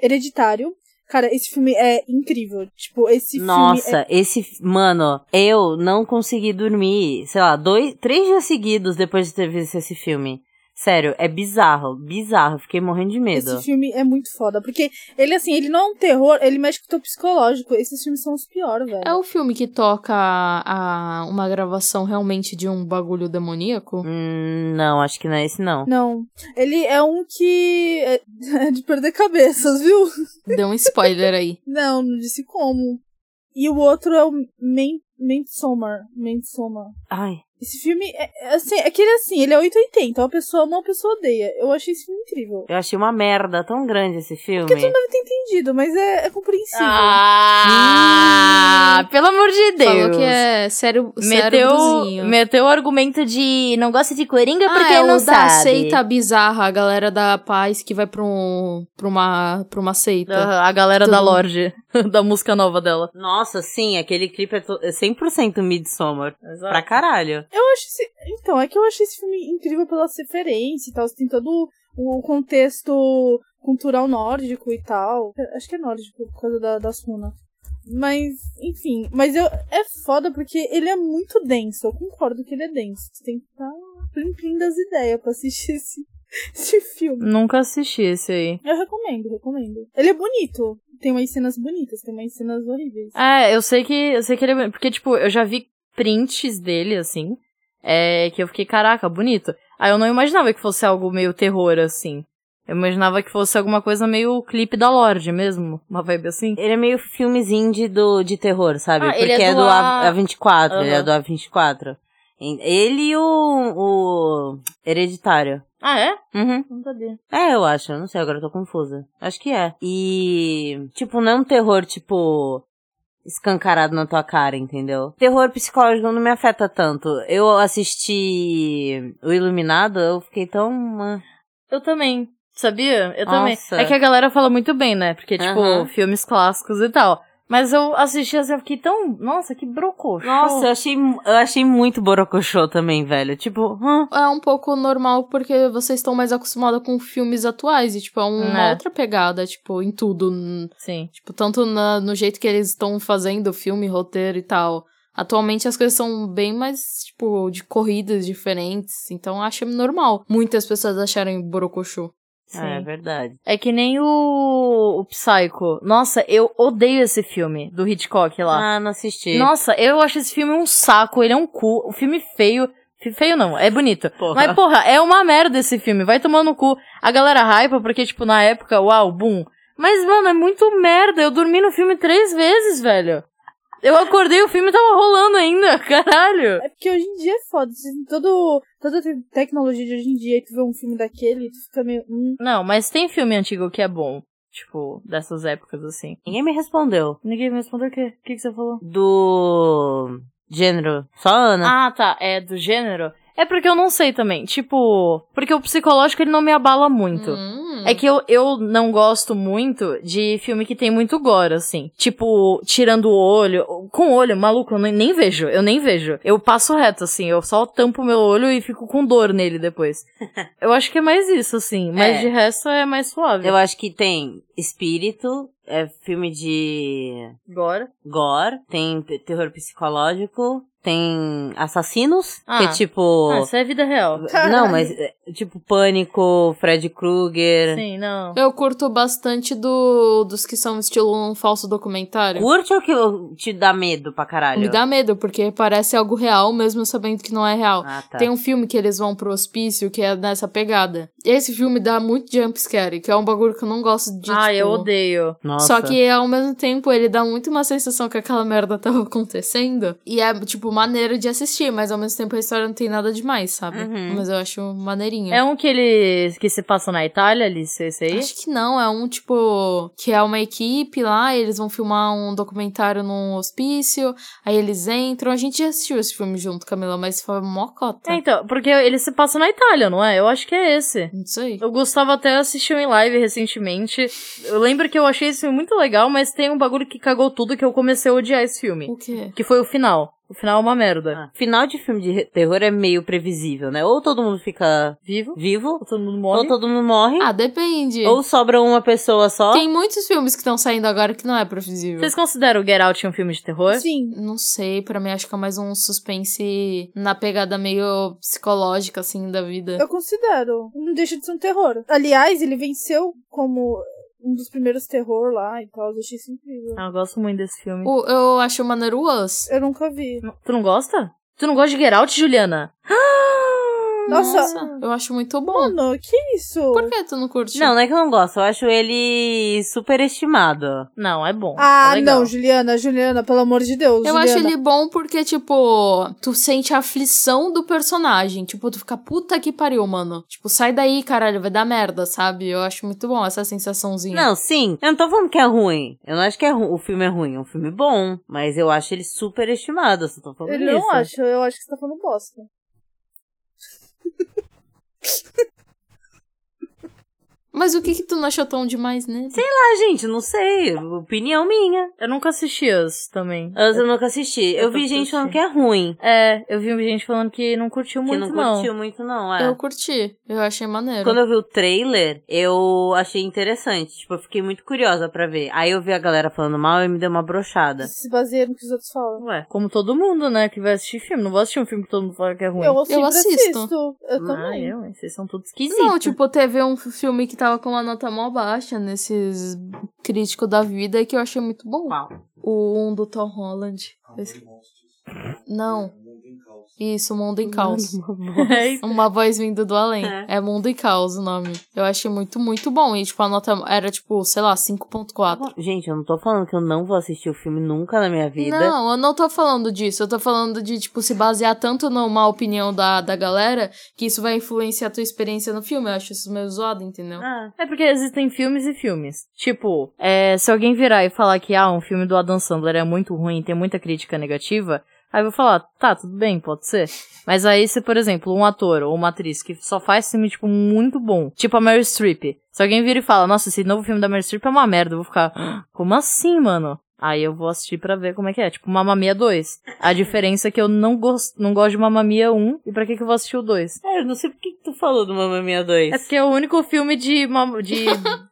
[SPEAKER 2] Hereditário. Cara, esse filme é incrível. Tipo, esse filme.
[SPEAKER 5] Nossa, esse. f- Mano, eu não consegui dormir, sei lá, dois, três dias seguidos depois de ter visto esse filme. Sério, é bizarro, bizarro. Fiquei morrendo de
[SPEAKER 2] É,
[SPEAKER 5] medo.
[SPEAKER 2] esse filme é muito foda. Porque ele, assim, ele não é um terror, ele mexe com o teu psicológico. Esses filmes são os piores, velho.
[SPEAKER 3] É o filme que toca a, a- uma gravação realmente de um bagulho demoníaco?
[SPEAKER 5] Hum, não, acho que não é esse, não.
[SPEAKER 2] Não. Ele é um que é *laughs* de perder cabeças, viu?
[SPEAKER 3] Deu um spoiler aí.
[SPEAKER 2] Não, não disse como. E o outro é o Men- Midsommar. Midsommar.
[SPEAKER 5] Ai,
[SPEAKER 2] Esse filme é, é assim, é que ele é assim, ele é 880. Uma pessoa ama, uma pessoa odeia. Eu achei esse filme incrível.
[SPEAKER 5] eu achei uma merda tão grande esse filme.
[SPEAKER 2] Deve ter entendido, mas é, é compreensível.
[SPEAKER 4] Ah, pelo amor de Deus.
[SPEAKER 3] Falou que é sério,
[SPEAKER 4] Meteu, meteu o argumento de não gosta de coringa porque
[SPEAKER 3] é, o
[SPEAKER 4] não
[SPEAKER 3] da
[SPEAKER 4] sabe.
[SPEAKER 3] seita bizarra, a galera da paz que vai pra, um, pra, uma, pra uma seita.
[SPEAKER 4] Aham, a galera
[SPEAKER 3] Tudo.
[SPEAKER 4] da Lorde, *laughs* da música nova dela.
[SPEAKER 5] Nossa, sim, aquele clipe é to- é 100% Midsommar.
[SPEAKER 4] Exato.
[SPEAKER 5] Pra caralho.
[SPEAKER 2] Eu acho esse... Então, é que eu achei esse filme incrível pela referência e tal. Tem todo o contexto cultural nórdico e tal. Acho que é nórdico, por causa da, da Suna. Mas, enfim. Mas eu, é foda porque ele é muito denso. Eu concordo que ele é denso. Você tem que estar limpinho das ideias pra assistir esse, *laughs* esse filme.
[SPEAKER 4] Nunca assisti esse aí.
[SPEAKER 2] Eu recomendo, recomendo. Ele é bonito. Tem umas cenas bonitas, tem umas cenas horríveis.
[SPEAKER 4] É, eu sei que. Eu sei que ele é. Porque, tipo, eu já vi prints dele, assim. É, que eu fiquei, caraca, bonito. Aí eu não imaginava que fosse algo meio terror, assim. Eu imaginava que fosse alguma coisa meio clipe da Lorde mesmo. Uma vibe assim.
[SPEAKER 5] Ele é meio filmes indie do, de terror, sabe?
[SPEAKER 4] Ah,
[SPEAKER 5] Porque
[SPEAKER 4] ele é
[SPEAKER 5] é
[SPEAKER 4] do
[SPEAKER 5] do,
[SPEAKER 4] A-
[SPEAKER 5] A... 24 ele é
[SPEAKER 4] Aham.
[SPEAKER 5] do A24. E- Ele e o, o Hereditário.
[SPEAKER 4] Ah, é?
[SPEAKER 5] Uhum.
[SPEAKER 4] Não sabia.
[SPEAKER 5] É, eu acho. eu Não sei, agora eu tô confusa. Acho que é. E, tipo, não é um terror, tipo, escancarado na tua cara, entendeu? Terror psicológico não me afeta tanto. Eu assisti O Iluminado, eu fiquei tão... ah,
[SPEAKER 4] Eu também. Sabia? Eu também.
[SPEAKER 5] Nossa.
[SPEAKER 4] É que a galera fala muito bem, né? Porque, tipo,
[SPEAKER 5] Aham.
[SPEAKER 4] filmes clássicos e tal. Mas eu assisti assim, eu fiquei tão. Nossa, que brocoxo.
[SPEAKER 5] Nossa, eu achei, eu achei muito borocochô também, velho. Tipo, hã?
[SPEAKER 3] É um pouco normal porque vocês estão mais acostumados com filmes atuais e, tipo, é uma
[SPEAKER 4] É.
[SPEAKER 3] outra pegada, tipo, em tudo. n-
[SPEAKER 4] Sim.
[SPEAKER 3] Tipo, tanto na- no jeito que eles estão fazendo o filme, roteiro e tal. Atualmente as coisas são bem mais, tipo, de corridas diferentes. Então eu acho normal muitas pessoas acharem borocochô.
[SPEAKER 4] Sim.
[SPEAKER 5] Ah, é verdade.
[SPEAKER 4] É que nem o, o Psycho. Nossa, eu odeio esse filme do Hitchcock lá.
[SPEAKER 5] Ah, não assisti.
[SPEAKER 4] Nossa, eu acho esse filme um saco, ele é um cu, o filme feio. Fi- Feio não, é bonito.
[SPEAKER 5] Porra.
[SPEAKER 4] Mas, porra, é uma merda esse filme, vai tomar no cu. A galera hypa porque, tipo, na época, uau, boom. Mas, mano, é muito merda. Eu dormi no filme três vezes, velho. Eu acordei, o filme tava rolando ainda, *laughs* caralho.
[SPEAKER 2] É porque hoje em dia é foda. Todo, toda a te- tecnologia de hoje em dia, e tu vê um filme daquele, tu fica meio. Hum,
[SPEAKER 4] Não, mas tem filme antigo que é bom. Tipo, dessas épocas assim.
[SPEAKER 5] Ninguém me respondeu.
[SPEAKER 4] Ninguém me respondeu o quê? O que, que você falou?
[SPEAKER 5] Do gênero. Só a Ana.
[SPEAKER 4] Ah, tá. É do gênero? É porque eu não sei também. Tipo, porque o psicológico ele não me abala muito.
[SPEAKER 3] Hum.
[SPEAKER 4] É que eu, eu não gosto muito de filme que tem muito gore, assim. Tipo, tirando o olho. Com o olho, maluco, eu nem, nem vejo. Eu nem vejo. Eu passo reto, assim. Eu só tampo meu olho e fico com dor nele depois. eu acho que é mais isso, assim. Mas
[SPEAKER 5] É.
[SPEAKER 4] de resto é mais suave.
[SPEAKER 5] Eu acho que tem espírito, é filme de
[SPEAKER 4] Agora.
[SPEAKER 5] gore, tem te- terror psicológico, tem assassinos, que é
[SPEAKER 4] Ah.
[SPEAKER 5] tipo...
[SPEAKER 4] Ah, isso é vida real.
[SPEAKER 5] *laughs* não, mas é, tipo Pânico, Fred Krueger...
[SPEAKER 4] Sim, não.
[SPEAKER 3] Eu curto bastante do, dos que são estilo um falso documentário.
[SPEAKER 5] Curte ou que te dá medo pra caralho?
[SPEAKER 3] Me dá medo, porque parece algo real, mesmo sabendo que não é real.
[SPEAKER 5] Ah, tá.
[SPEAKER 3] Tem um filme que eles vão pro hospício que é nessa pegada. Esse filme dá muito jumpscare, que é um bagulho que eu não gosto de.
[SPEAKER 4] ah, eu
[SPEAKER 3] tipo,
[SPEAKER 4] odeio.
[SPEAKER 5] Nossa.
[SPEAKER 3] Só que ao mesmo tempo ele dá muito uma sensação que aquela merda tava acontecendo. E é, tipo, maneiro de assistir, mas ao mesmo tempo a história não tem nada demais, sabe?
[SPEAKER 5] Uhum.
[SPEAKER 3] Mas eu acho maneirinho.
[SPEAKER 4] É um que ele. que se passa na Itália, Alice, esse aí?
[SPEAKER 3] Acho que não, é um tipo. Que é uma equipe lá, eles vão filmar um documentário num hospício, aí eles entram. A gente já assistiu esse filme junto, Camila, mas foi mocota.
[SPEAKER 4] É, então, porque ele se passa na Itália, não é? Eu acho que é esse.
[SPEAKER 3] Não sei.
[SPEAKER 4] O Gustavo até assistiu em live recentemente. Eu lembro que eu achei esse filme muito legal, mas tem um bagulho que cagou tudo que eu comecei a odiar esse filme.
[SPEAKER 3] O quê?
[SPEAKER 4] Que foi o final. O final é uma merda.
[SPEAKER 5] Ah, Final de filme de re- terror é meio previsível, né? Ou todo mundo fica
[SPEAKER 4] Vivo?
[SPEAKER 5] vivo,
[SPEAKER 4] Ou Todo mundo morre?
[SPEAKER 5] ou todo mundo morre,
[SPEAKER 3] Ah, depende.
[SPEAKER 5] ou sobra uma pessoa só.
[SPEAKER 3] Tem muitos filmes que estão saindo agora que não é previsível.
[SPEAKER 4] Vocês consideram o Get Out um filme de terror?
[SPEAKER 2] Sim.
[SPEAKER 3] Não sei, pra mim acho que é mais um suspense na pegada meio psicológica, assim, da vida.
[SPEAKER 2] Eu considero. Não deixa de ser um terror. Aliás, ele venceu como um dos primeiros terror lá e tal. Eu achei isso incrível.
[SPEAKER 4] Ah, eu gosto muito desse filme.
[SPEAKER 3] O- eu acho maneiro o Us.
[SPEAKER 2] Eu nunca vi.
[SPEAKER 4] Não- Tu não gosta? Tu não gosta de Get Out, Juliana?
[SPEAKER 2] Nossa.
[SPEAKER 3] eu acho muito bom.
[SPEAKER 2] Mano, que isso?
[SPEAKER 3] Por que tu não curte?
[SPEAKER 5] Não, não é que eu não gosto, eu acho ele superestimado.
[SPEAKER 4] Não, é bom.
[SPEAKER 2] Ah,
[SPEAKER 4] é legal.
[SPEAKER 2] não, Juliana, Juliana, pelo amor de Deus.
[SPEAKER 3] Eu
[SPEAKER 2] Juliana.
[SPEAKER 3] acho ele bom porque, tipo, tu sente a aflição do personagem. Tipo, tu fica puta que pariu, mano. Tipo, sai daí, caralho, vai dar merda, sabe? Eu acho muito bom essa sensaçãozinha.
[SPEAKER 5] Não, sim, eu não tô falando que é ruim. Eu não acho que é ru... o filme é ruim, é um filme bom, mas eu acho ele superestimado, eu só tô falando
[SPEAKER 2] Eu
[SPEAKER 5] isso.
[SPEAKER 2] não acho, eu acho que você tá falando bosta.
[SPEAKER 3] Mas o que que tu não achou tão demais né? nele? Sei
[SPEAKER 5] Ah, gente, não sei, opinião minha.
[SPEAKER 4] Eu nunca assisti os também.
[SPEAKER 5] Eu, eu nunca assisti. Eu,
[SPEAKER 4] Eu
[SPEAKER 5] vi
[SPEAKER 4] nunca
[SPEAKER 5] gente falando
[SPEAKER 4] assisti.
[SPEAKER 5] que é ruim,
[SPEAKER 4] É, eu vi gente falando que não curtiu
[SPEAKER 5] que
[SPEAKER 4] muito,
[SPEAKER 5] não
[SPEAKER 4] não.
[SPEAKER 5] curtiu muito não, é.
[SPEAKER 3] Eu curti. Eu achei maneiro.
[SPEAKER 5] Quando eu vi o trailer, eu achei interessante. Tipo, eu fiquei muito curiosa pra ver. Aí eu vi a galera falando mal e me deu uma brochada.
[SPEAKER 2] Se baseia no que os outros falam.
[SPEAKER 4] Ué, como todo mundo, né, que vai assistir filme. Não vou assistir um filme que todo mundo fala que é ruim.
[SPEAKER 2] Eu sempre
[SPEAKER 3] assisto.
[SPEAKER 2] assisto. Eu
[SPEAKER 4] ah,
[SPEAKER 2] também.
[SPEAKER 4] eu, hein? vocês são todos esquisitos.
[SPEAKER 3] Não, tipo, teve um filme que tava com uma nota mó baixa nesses crítico da vida que eu achei muito bom. O um do Tom Holland. Esse- Não. Isso, Mundo em Caos.
[SPEAKER 4] Mas-
[SPEAKER 3] *laughs* Uma voz vindo do além.
[SPEAKER 5] É.
[SPEAKER 3] É. Mundo em Caos o nome. Eu achei muito, muito bom. E, tipo, a nota era, tipo, sei lá, 5.4.
[SPEAKER 5] Gente, eu não tô falando que eu não vou assistir o filme nunca na minha vida.
[SPEAKER 3] Não, eu não tô falando disso. Eu tô falando de, tipo, se basear tanto numa opinião da, da galera que isso vai influenciar a tua experiência no filme. Eu acho isso meio zoado, entendeu?
[SPEAKER 5] Ah,
[SPEAKER 4] É porque existem filmes e filmes. Tipo, é, se alguém virar e falar que ah, um filme do Adam Sandler é muito ruim, tem muita crítica negativa, aí eu vou falar, tá, tudo bem, pode ser. Mas aí se, por exemplo, um ator ou uma atriz que só faz filme, tipo, muito bom, tipo a Meryl Streep. Se alguém vira e fala, nossa, esse novo filme da Meryl Streep é uma merda, eu vou ficar, "Ah, como assim, mano? Aí eu vou assistir pra ver como é que é. Tipo, Mamma Mia 2. A diferença é que eu não, gos- não gosto de Mamma Mia 1. E pra que, que eu vou assistir o 2?
[SPEAKER 5] é, eu não sei por que que tu falou do Mamma Mia 2.
[SPEAKER 4] É porque é o único filme de, mam- de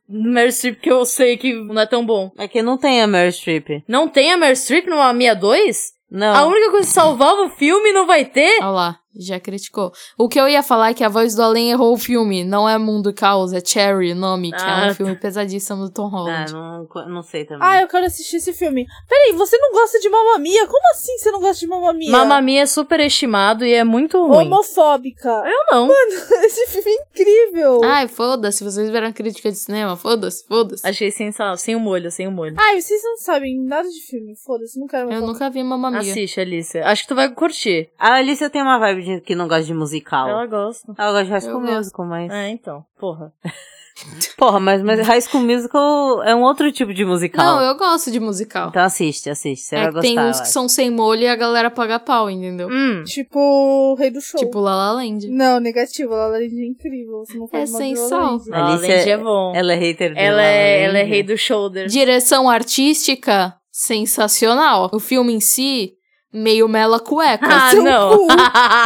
[SPEAKER 4] Meryl Streep que eu sei que não é tão bom.
[SPEAKER 5] É que não tem a Meryl Streep.
[SPEAKER 4] Não tem a Meryl Streep no Mia 2?
[SPEAKER 5] Não. Ah,
[SPEAKER 4] A única coisa que salvava o filme não vai ter?
[SPEAKER 3] Olha lá, já criticou. O que eu ia falar é que a voz do além errou o filme. Não é Mundo e Caos, é Cherry, o nome, que
[SPEAKER 4] Ah,
[SPEAKER 3] é
[SPEAKER 4] tá.
[SPEAKER 3] um filme pesadíssimo do Tom
[SPEAKER 5] Ah,
[SPEAKER 3] Holland.
[SPEAKER 5] não, não sei também.
[SPEAKER 3] Hum.
[SPEAKER 2] Ah, eu quero assistir esse filme. Peraí, você não gosta de Mamma Mia? Como assim você não gosta de Mamma Mia?
[SPEAKER 4] Mamma Mia é super estimado e é muito ruim.
[SPEAKER 2] Homofóbica. *laughs*
[SPEAKER 4] Eu não.
[SPEAKER 2] Esse filme é incrível.
[SPEAKER 3] Ai, foda-se, vocês viram a crítica de cinema, foda-se, foda-se.
[SPEAKER 4] Achei sensacional. Sem o molho, sem o molho.
[SPEAKER 2] Ai, vocês não sabem nada de filme. Foda-se, não quero mais
[SPEAKER 3] Eu
[SPEAKER 2] falar.
[SPEAKER 3] nunca vi Mamma Mia.
[SPEAKER 4] Assiste, Alice. Acho que tu vai curtir.
[SPEAKER 5] A Alicia tem uma vibe de que não gosta de musical.
[SPEAKER 4] Ela É.
[SPEAKER 5] Ela,
[SPEAKER 4] gosta.
[SPEAKER 5] gosta de high school
[SPEAKER 3] Eu gosto.
[SPEAKER 5] musical, mas...
[SPEAKER 4] É, então. Porra.
[SPEAKER 5] Porra, mas, mas High School Musical é um outro tipo de musical.
[SPEAKER 3] Não, eu gosto de musical.
[SPEAKER 5] Então assiste, assiste. Você
[SPEAKER 3] é
[SPEAKER 5] vai
[SPEAKER 3] que
[SPEAKER 5] gostar.
[SPEAKER 3] tem
[SPEAKER 5] eu
[SPEAKER 3] uns que
[SPEAKER 5] acho.
[SPEAKER 3] são sem molho e a galera paga pau, entendeu?
[SPEAKER 4] Hum.
[SPEAKER 2] Tipo o Rei do Show.
[SPEAKER 3] Tipo La La Land.
[SPEAKER 2] Não, negativo. A Laranja é incrível. Você não faz
[SPEAKER 3] É
[SPEAKER 2] mal de
[SPEAKER 3] sem
[SPEAKER 2] La La
[SPEAKER 3] sal.
[SPEAKER 2] Land.
[SPEAKER 5] Alice
[SPEAKER 4] Alice é, é bom.
[SPEAKER 5] Ela é hater de
[SPEAKER 4] Ela
[SPEAKER 5] La La
[SPEAKER 4] é,
[SPEAKER 5] Land.
[SPEAKER 4] ela é rei do shoulder.
[SPEAKER 3] Direção artística sensacional. O filme em si, meio mela cueca.
[SPEAKER 4] *laughs* Ah,
[SPEAKER 2] Seu
[SPEAKER 4] não.
[SPEAKER 2] cu.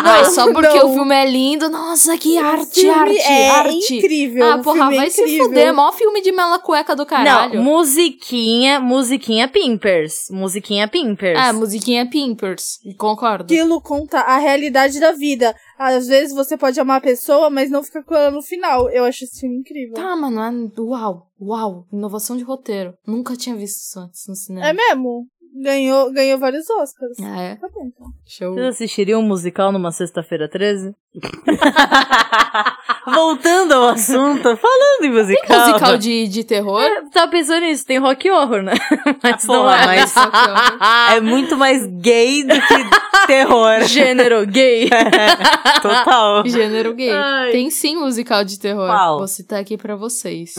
[SPEAKER 3] Mas só porque
[SPEAKER 2] não.
[SPEAKER 3] o filme é lindo. Nossa, que
[SPEAKER 2] O
[SPEAKER 3] arte,
[SPEAKER 2] filme
[SPEAKER 3] arte,
[SPEAKER 2] é
[SPEAKER 3] arte.
[SPEAKER 2] incrível.
[SPEAKER 3] Ah,
[SPEAKER 2] o
[SPEAKER 3] porra,
[SPEAKER 2] filme é
[SPEAKER 3] vai se
[SPEAKER 2] incrível.
[SPEAKER 3] fuder. Mó filme de mela cueca do caralho.
[SPEAKER 4] *laughs* Não, musiquinha, musiquinha Pimpers. Musiquinha Pimpers.
[SPEAKER 3] Ah, musiquinha Pimpers. Concordo.
[SPEAKER 2] Aquilo conta a realidade da vida. Às vezes você pode amar a pessoa, mas não fica com ela no final. Eu acho esse filme incrível.
[SPEAKER 3] Tá, mano. é- Uau, uau. Inovação de roteiro. Nunca tinha visto isso antes no cinema.
[SPEAKER 2] É mesmo? Ganhou, ganhou vários Oscars.
[SPEAKER 3] Ah, é?
[SPEAKER 2] Tá bom, então.
[SPEAKER 3] Show.
[SPEAKER 4] Vocês assistiriam um musical numa sexta-feira 13?
[SPEAKER 5] *laughs* Voltando ao assunto, falando em musical.
[SPEAKER 3] Musical de, de terror?
[SPEAKER 4] Tava É, tá pensando nisso, tem rock horror, né? Mas
[SPEAKER 5] Porra,
[SPEAKER 4] não é.
[SPEAKER 5] mas é muito mais gay do que
[SPEAKER 4] *laughs*
[SPEAKER 5] terror.
[SPEAKER 4] Gênero *laughs* gay. É.
[SPEAKER 5] Total. *laughs*
[SPEAKER 3] Gênero gay.
[SPEAKER 4] Ai.
[SPEAKER 3] Tem sim musical de terror.
[SPEAKER 5] Qual?
[SPEAKER 3] Vou citar aqui pra vocês.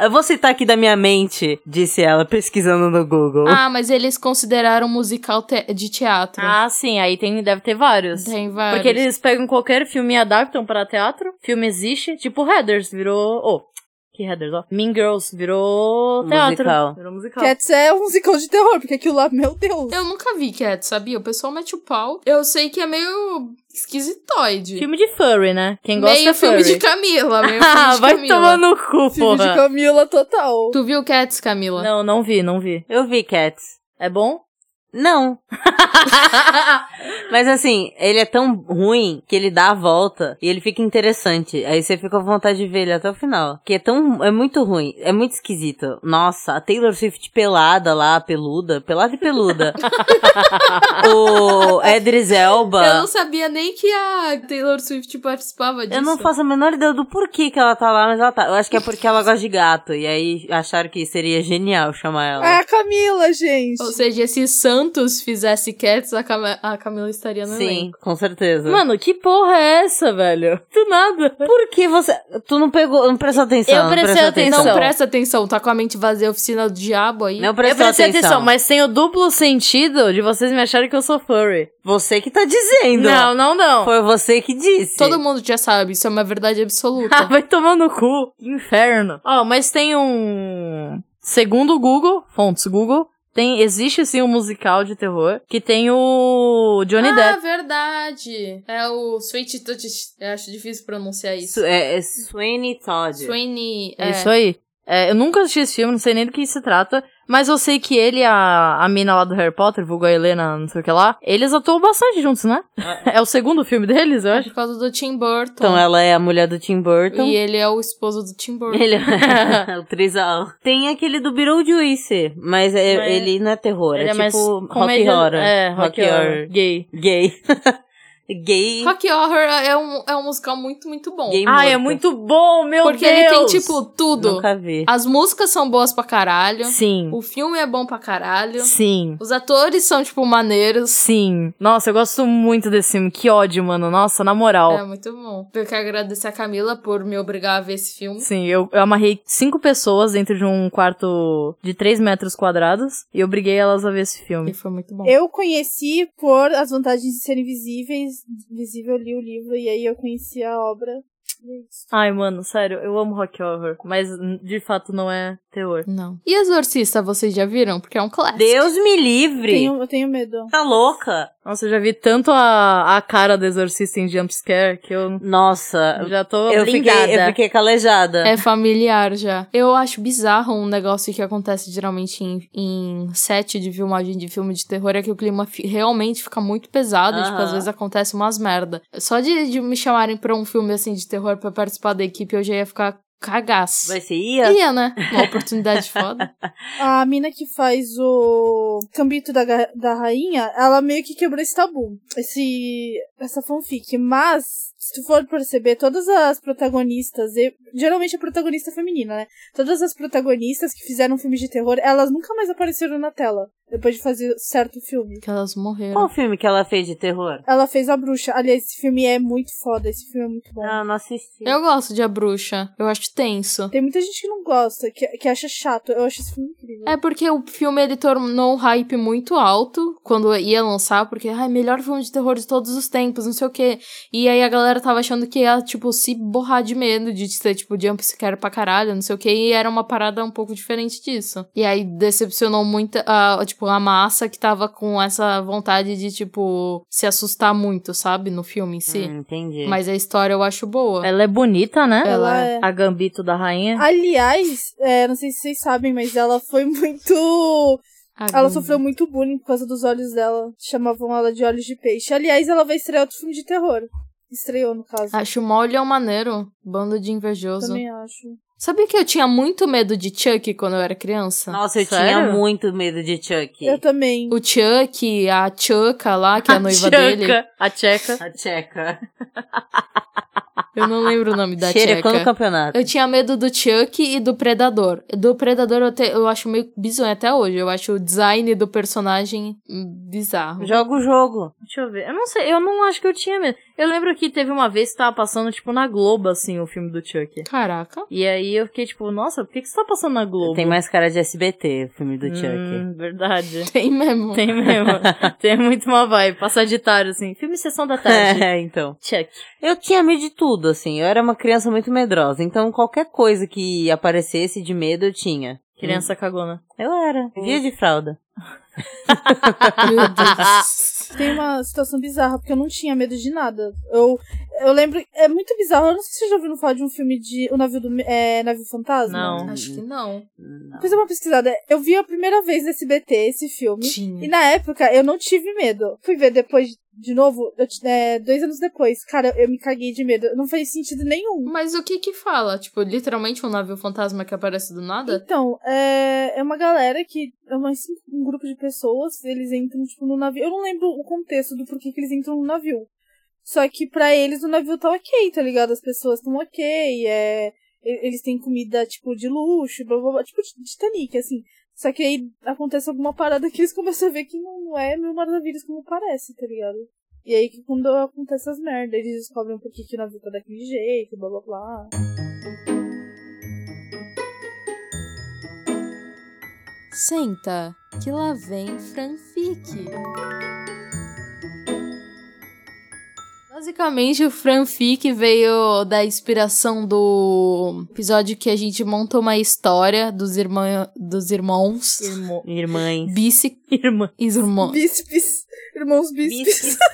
[SPEAKER 5] Eu vou citar aqui da minha mente, disse ela, pesquisando no Google.
[SPEAKER 3] ah, mas eles consideraram um musical te- de teatro.
[SPEAKER 4] ah, sim, aí tem, deve ter vários.
[SPEAKER 3] Tem vários.
[SPEAKER 4] Porque eles pegam qualquer filme e adaptam para teatro. Filme existe. Tipo Headers virou. Oh, que Headers, ó. Mean Girls virou teatro.
[SPEAKER 5] Musical.
[SPEAKER 4] Virou musical.
[SPEAKER 2] Cats é um musical de terror, porque aquilo lá, meu Deus.
[SPEAKER 3] Eu nunca vi Cat, sabia? O pessoal mete o pau. Eu sei que é meio esquisitoide.
[SPEAKER 4] Filme de furry, né? Quem gosta
[SPEAKER 3] meio
[SPEAKER 4] é
[SPEAKER 3] filme de
[SPEAKER 4] furry.
[SPEAKER 3] Camila.
[SPEAKER 4] *laughs*
[SPEAKER 3] Meio filme
[SPEAKER 4] ah,
[SPEAKER 3] de
[SPEAKER 4] vai
[SPEAKER 3] Camila.
[SPEAKER 4] tomar no cu,
[SPEAKER 2] Filme de
[SPEAKER 4] porra.
[SPEAKER 2] Camila total.
[SPEAKER 3] Tu viu Cats, Camila?
[SPEAKER 4] Não, não vi, não vi.
[SPEAKER 5] Eu vi Cats.
[SPEAKER 4] É bom?
[SPEAKER 5] Não. *laughs* Mas assim, ele é tão ruim que ele dá a volta e ele fica interessante. Aí você fica com vontade de ver ele até o final. Que é tão. É muito ruim. É muito esquisito. Nossa, a Taylor Swift pelada lá, peluda. Pelada e peluda. o Edris Elba.
[SPEAKER 3] Eu não sabia nem que a Taylor Swift participava disso.
[SPEAKER 5] Eu não faço a menor ideia do porquê que ela tá lá, mas ela tá. Eu acho que é porque ela gosta de gato. E aí acharam que seria genial chamar
[SPEAKER 2] É
[SPEAKER 5] ela.
[SPEAKER 2] a Camila, gente.
[SPEAKER 3] Ou seja, se Santos fizesse Cats, a, Cam a Camila estaria no
[SPEAKER 5] Sim,
[SPEAKER 3] elenco.
[SPEAKER 5] com certeza.
[SPEAKER 4] Mano, que porra é essa, velho? Do nada.
[SPEAKER 5] por que você. Tu não pegou. Não prestou atenção.
[SPEAKER 4] Eu
[SPEAKER 5] não
[SPEAKER 4] prestei
[SPEAKER 5] prestou
[SPEAKER 4] atenção.
[SPEAKER 3] Não Então presta atenção, tá com a mente vazia, oficina do diabo aí.
[SPEAKER 5] Não
[SPEAKER 4] Eu
[SPEAKER 5] prestou
[SPEAKER 4] prestei
[SPEAKER 5] atenção.
[SPEAKER 4] atenção, mas tem o duplo sentido de vocês me acharem que eu sou furry.
[SPEAKER 5] Você que tá dizendo.
[SPEAKER 4] Não, não, não.
[SPEAKER 5] Foi você que disse.
[SPEAKER 3] Todo mundo já sabe, isso é uma verdade
[SPEAKER 4] *laughs* Ah,
[SPEAKER 5] *laughs*
[SPEAKER 3] absoluta.
[SPEAKER 4] vai tomar no cu. Que Inferno. Ó, mas tem um. Segundo o Google, fontes Google, tem, existe sim um musical de terror que tem o Johnny
[SPEAKER 3] ah,
[SPEAKER 4] Depp.
[SPEAKER 3] verdade. É o Sweet Touch. Eu acho difícil pronunciar isso.
[SPEAKER 5] Su- É, é Sweeney Todd.
[SPEAKER 3] Sweeney.
[SPEAKER 4] É isso aí. É, eu nunca assisti esse filme, não sei nem do que se trata. Mas eu sei que ele e a, a mina lá do Harry Potter, vulgo a Helena, não sei o que lá, eles atuam bastante juntos, né? *laughs* É o segundo filme deles, eu
[SPEAKER 3] É
[SPEAKER 4] acho.
[SPEAKER 3] por causa do Tim Burton.
[SPEAKER 5] Então ela é a mulher do Tim Burton.
[SPEAKER 3] E ele é o esposo do Tim Burton.
[SPEAKER 5] Ele é *laughs* o trisal. Tem aquele do Beetlejuice, mas, é-
[SPEAKER 4] Mas-
[SPEAKER 5] ele não é terror, é,
[SPEAKER 4] Ele
[SPEAKER 5] tipo rock
[SPEAKER 4] comédia-
[SPEAKER 5] horror.
[SPEAKER 4] É, rock, horror. Gay.
[SPEAKER 5] Gay. *laughs* Gay.
[SPEAKER 3] Rock Horror é um, é um musical muito, muito bom.
[SPEAKER 5] Gay
[SPEAKER 4] Ai, é
[SPEAKER 5] morto.
[SPEAKER 4] muito Ah, bom, meu
[SPEAKER 3] Porque
[SPEAKER 4] Deus!
[SPEAKER 3] ele tem, tipo, tudo.
[SPEAKER 5] Nunca vi.
[SPEAKER 3] As músicas são boas pra caralho.
[SPEAKER 4] Sim,
[SPEAKER 3] O filme é bom pra caralho.
[SPEAKER 4] sim.
[SPEAKER 3] Os atores são, tipo, maneiros.
[SPEAKER 4] Sim. Nossa, eu gosto muito desse filme. Que ódio, mano. Nossa, na moral.
[SPEAKER 3] É muito bom. Eu quero agradecer a Camila por me obrigar a ver esse filme.
[SPEAKER 4] Sim, eu, eu amarrei cinco pessoas dentro de um quarto de 3 metros quadrados e obriguei elas a ver esse
[SPEAKER 3] E
[SPEAKER 4] filme.
[SPEAKER 3] foi muito bom.
[SPEAKER 2] Eu conheci por As Vantagens de Ser Invisíveis. Invisível, eu li o livro e aí eu conheci a obra. E é isso.
[SPEAKER 4] Ai, mano, sério, eu amo rock horror, mas n- de fato não é terror.
[SPEAKER 3] Não. E Exorcista, vocês já viram? Porque é um clássico.
[SPEAKER 5] Deus me livre.
[SPEAKER 4] um-
[SPEAKER 2] Tenho, eu tenho medo.
[SPEAKER 5] Tá louca?
[SPEAKER 4] Nossa, eu já vi tanto a, a cara do exorcista em jumpscare que eu
[SPEAKER 5] Nossa.
[SPEAKER 4] já tô
[SPEAKER 5] Eu
[SPEAKER 4] blindada.
[SPEAKER 5] fiquei, eu fiquei calejada.
[SPEAKER 3] É familiar já. Eu acho bizarro um negócio que acontece geralmente em, em set de filmagem de filme de terror é que o clima fi- realmente fica muito pesado. e, Tipo,
[SPEAKER 5] Aham.
[SPEAKER 3] às vezes acontece umas merda. Só de, de me chamarem pra um filme assim de terror pra participar da equipe, eu já ia ficar cagaço.
[SPEAKER 5] Mas você ia?
[SPEAKER 3] Ia, né? Uma oportunidade foda. *laughs*
[SPEAKER 2] A mina que faz o Cambito da, Ga- da Rainha, ela meio que quebrou esse tabu, esse, essa fanfic. Mas, se tu for perceber, todas as protagonistas, e- geralmente a um protagonista é feminina, né? Todas as protagonistas que fizeram filmes de terror, elas nunca mais apareceram na tela. Depois de fazer certo filme.
[SPEAKER 3] Que elas morreram.
[SPEAKER 5] Qual o filme que ela fez de terror?
[SPEAKER 2] Ela fez A Bruxa. Aliás, esse filme é muito foda. Esse filme é muito bom.
[SPEAKER 5] Não, não assisti.
[SPEAKER 3] Eu gosto de A Bruxa. Eu acho tenso.
[SPEAKER 2] Tem muita gente que não gosta, que, que acha chato. Eu acho esse filme incrível.
[SPEAKER 3] É porque o filme ele tornou um hype muito alto quando ia lançar, porque, ai, melhor filme de terror de todos os tempos, não sei o quê. E aí a galera tava achando que ia, tipo, se borrar de medo de ser, tipo, jump scare pra caralho, não sei o quê. E era uma parada um pouco diferente disso. E aí decepcionou muito, a, tipo, a massa que tava com essa vontade de, tipo, se assustar muito, sabe? No filme em si.
[SPEAKER 5] Hum, entendi.
[SPEAKER 3] Mas a história eu acho boa.
[SPEAKER 4] Ela é bonita, né?
[SPEAKER 2] Ela é.
[SPEAKER 4] A Gambito da Rainha.
[SPEAKER 2] Aliás, é, não sei se vocês sabem, mas ela foi *laughs* muito. Ela sofreu muito bullying por causa dos olhos dela. Chamavam ela de olhos de peixe. Aliás, ela vai estrear outro filme de terror. Estreou, no caso.
[SPEAKER 3] Acho mó olhão maneiro. Bando de invejoso.
[SPEAKER 2] Também acho.
[SPEAKER 3] Sabia que eu tinha muito medo de Chuck quando eu era criança?
[SPEAKER 5] Nossa, eu
[SPEAKER 4] Sério?
[SPEAKER 5] tinha muito medo de Chucky.
[SPEAKER 2] Eu também.
[SPEAKER 3] O Chuck, a Chuca lá,
[SPEAKER 4] *laughs*
[SPEAKER 3] que é a noiva
[SPEAKER 4] tcheca,
[SPEAKER 3] dele.
[SPEAKER 4] A tcheca.
[SPEAKER 5] A tcheca.
[SPEAKER 3] Eu não lembro o nome da
[SPEAKER 5] Cheira, quando o
[SPEAKER 3] Tcheca.
[SPEAKER 5] campeonato?
[SPEAKER 3] Eu tinha medo do Chuck e do Predador. Do Predador eu, te- eu acho meio bizonho até hoje. Eu acho o design do personagem hum, bizarro.
[SPEAKER 5] Joga o jogo.
[SPEAKER 4] Deixa eu ver. Eu não sei, eu não acho que eu tinha medo. Eu lembro que teve uma vez que tava passando, tipo, na Globo, assim, o filme do Chuck.
[SPEAKER 3] Caraca.
[SPEAKER 4] E aí eu fiquei tipo, nossa, por que, que você tá passando na Globo?
[SPEAKER 5] Tem mais cara de SBT, o filme do *laughs* Chucky.
[SPEAKER 4] Hum, verdade.
[SPEAKER 3] Tem mesmo.
[SPEAKER 4] Tem mesmo.
[SPEAKER 5] *laughs*
[SPEAKER 4] Tem muito uma vibe. Passar de tarde, assim. Filme Sessão da Tarde.
[SPEAKER 5] *laughs* É, então.
[SPEAKER 4] Chuck.
[SPEAKER 5] Eu tinha medo de tudo, assim. Eu era uma criança muito medrosa. Então, qualquer coisa que aparecesse de medo, eu tinha.
[SPEAKER 4] Criança cagona.
[SPEAKER 5] Eu era. Via de fralda.
[SPEAKER 3] *laughs* Meu
[SPEAKER 2] *laughs*
[SPEAKER 3] Deus.
[SPEAKER 2] Tem uma situação bizarra, porque eu não tinha medo de nada. Eu, eu lembro. É muito bizarro. Eu não sei se vocês já ouviram falar de um filme de. O navio do. É, navio Fantasma?
[SPEAKER 4] Não.
[SPEAKER 3] Acho que não.
[SPEAKER 2] Fiz uma pesquisada. Eu vi a primeira vez no SBT esse filme. E
[SPEAKER 3] Tinha.
[SPEAKER 2] na época eu não tive medo. Fui ver depois de novo, eu ti- é, dois anos depois. Cara, eu me caguei de medo. Não fez sentido nenhum.
[SPEAKER 3] Mas o que que fala? Tipo, literalmente um navio fantasma que aparece do nada?
[SPEAKER 2] Então, é, é uma galera que. É uma- um grupo de pessoas, eles entram, tipo, no navio. Eu não lembro o contexto do porquê que eles entram no navio. Só que pra eles o navio tá ok, tá ligado? As pessoas estão ok, é. e- Eles têm comida, tipo, de luxo, blá blá blá. Tipo, Titanic, assim. Só que aí acontece alguma parada que eles *laughs* começam a ver que não é mil maravilhas como parece, tá ligado? E aí que quando acontece as merdas, eles descobrem por que que o navio tá daquele jeito, blá blá blá.
[SPEAKER 3] Senta, que lá vem fanfic. Basicamente, o fanfic veio da inspiração do episódio que a gente montou uma história dos, irmã, dos irmãos.
[SPEAKER 4] Irmão.
[SPEAKER 5] Irmãs.
[SPEAKER 3] Bici.
[SPEAKER 4] Irmã.
[SPEAKER 3] Irmão.
[SPEAKER 2] Bíceps, irmãos bíceps.
[SPEAKER 5] Bisques. *laughs*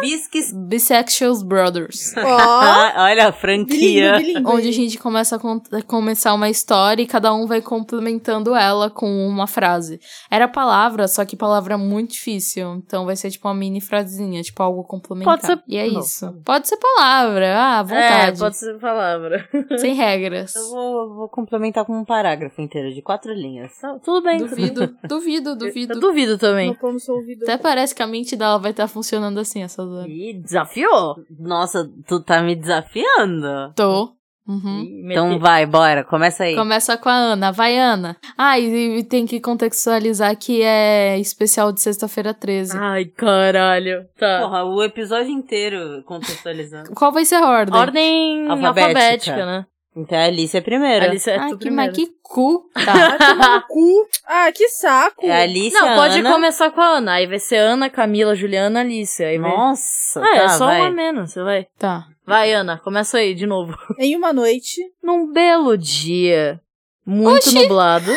[SPEAKER 5] Bisques.
[SPEAKER 3] Bisexual Brothers. *laughs*
[SPEAKER 2] Ó,
[SPEAKER 5] Ah, olha a
[SPEAKER 2] bilingue,
[SPEAKER 5] franquia.
[SPEAKER 2] bilingue.
[SPEAKER 3] Onde a gente começa a con- a começar uma história e cada um vai complementando ela com uma frase. Era palavra, só que palavra é muito difícil. Então vai ser tipo uma mini frasezinha, tipo algo complementar.
[SPEAKER 4] Pode ser-
[SPEAKER 3] E é
[SPEAKER 4] não.
[SPEAKER 3] isso. Pode ser palavra, ah, à vontade.
[SPEAKER 4] É, pode ser palavra.
[SPEAKER 3] Sem regras.
[SPEAKER 5] Eu vou, vou complementar com um parágrafo inteiro de quatro linhas.
[SPEAKER 4] Não, tudo bem.
[SPEAKER 3] Duvido, duvido, duvido.
[SPEAKER 4] Eu duvido também.
[SPEAKER 2] Não pôr no seu ouvido.
[SPEAKER 3] Até parece que a mente dela vai estar funcionando assim essa hora.
[SPEAKER 4] Ih, desafiou.
[SPEAKER 5] Nossa, tu tá me desafiando?
[SPEAKER 3] Tô. Uhum.
[SPEAKER 4] Ih,
[SPEAKER 5] Então
[SPEAKER 4] mete-
[SPEAKER 5] vai, bora, começa aí.
[SPEAKER 3] Começa com a Ana. Vai, Ana. Ah, e, e tem que contextualizar que é especial de sexta-feira 13.
[SPEAKER 4] Ai, caralho. Tá.
[SPEAKER 5] Porra, o episódio inteiro
[SPEAKER 3] *laughs*
[SPEAKER 5] contextualizando.
[SPEAKER 3] Qual vai ser a ordem?
[SPEAKER 4] Ordem alfabética,
[SPEAKER 5] Alfabética.
[SPEAKER 4] né?
[SPEAKER 5] então a Alice é a primeira.
[SPEAKER 4] Alice é
[SPEAKER 3] Ai,
[SPEAKER 4] tu
[SPEAKER 3] que,
[SPEAKER 4] primeiro.
[SPEAKER 3] mas que cu.
[SPEAKER 4] *laughs*
[SPEAKER 3] Tá.
[SPEAKER 2] Tomar no cu. Ah, que saco.
[SPEAKER 5] É a Alice,
[SPEAKER 4] Não,
[SPEAKER 5] a
[SPEAKER 4] pode
[SPEAKER 5] Ana.
[SPEAKER 4] começar com a Ana. Aí vai ser Ana, Camila, Juliana, Alice. Aí vai...
[SPEAKER 5] Nossa,
[SPEAKER 4] Ah, é
[SPEAKER 5] tá,
[SPEAKER 4] só
[SPEAKER 5] vai.
[SPEAKER 4] uma a menos, você vai.
[SPEAKER 3] tá.
[SPEAKER 4] Vai, Ana, começa aí de novo.
[SPEAKER 2] Em uma noite.
[SPEAKER 4] Num belo dia, muito nublado.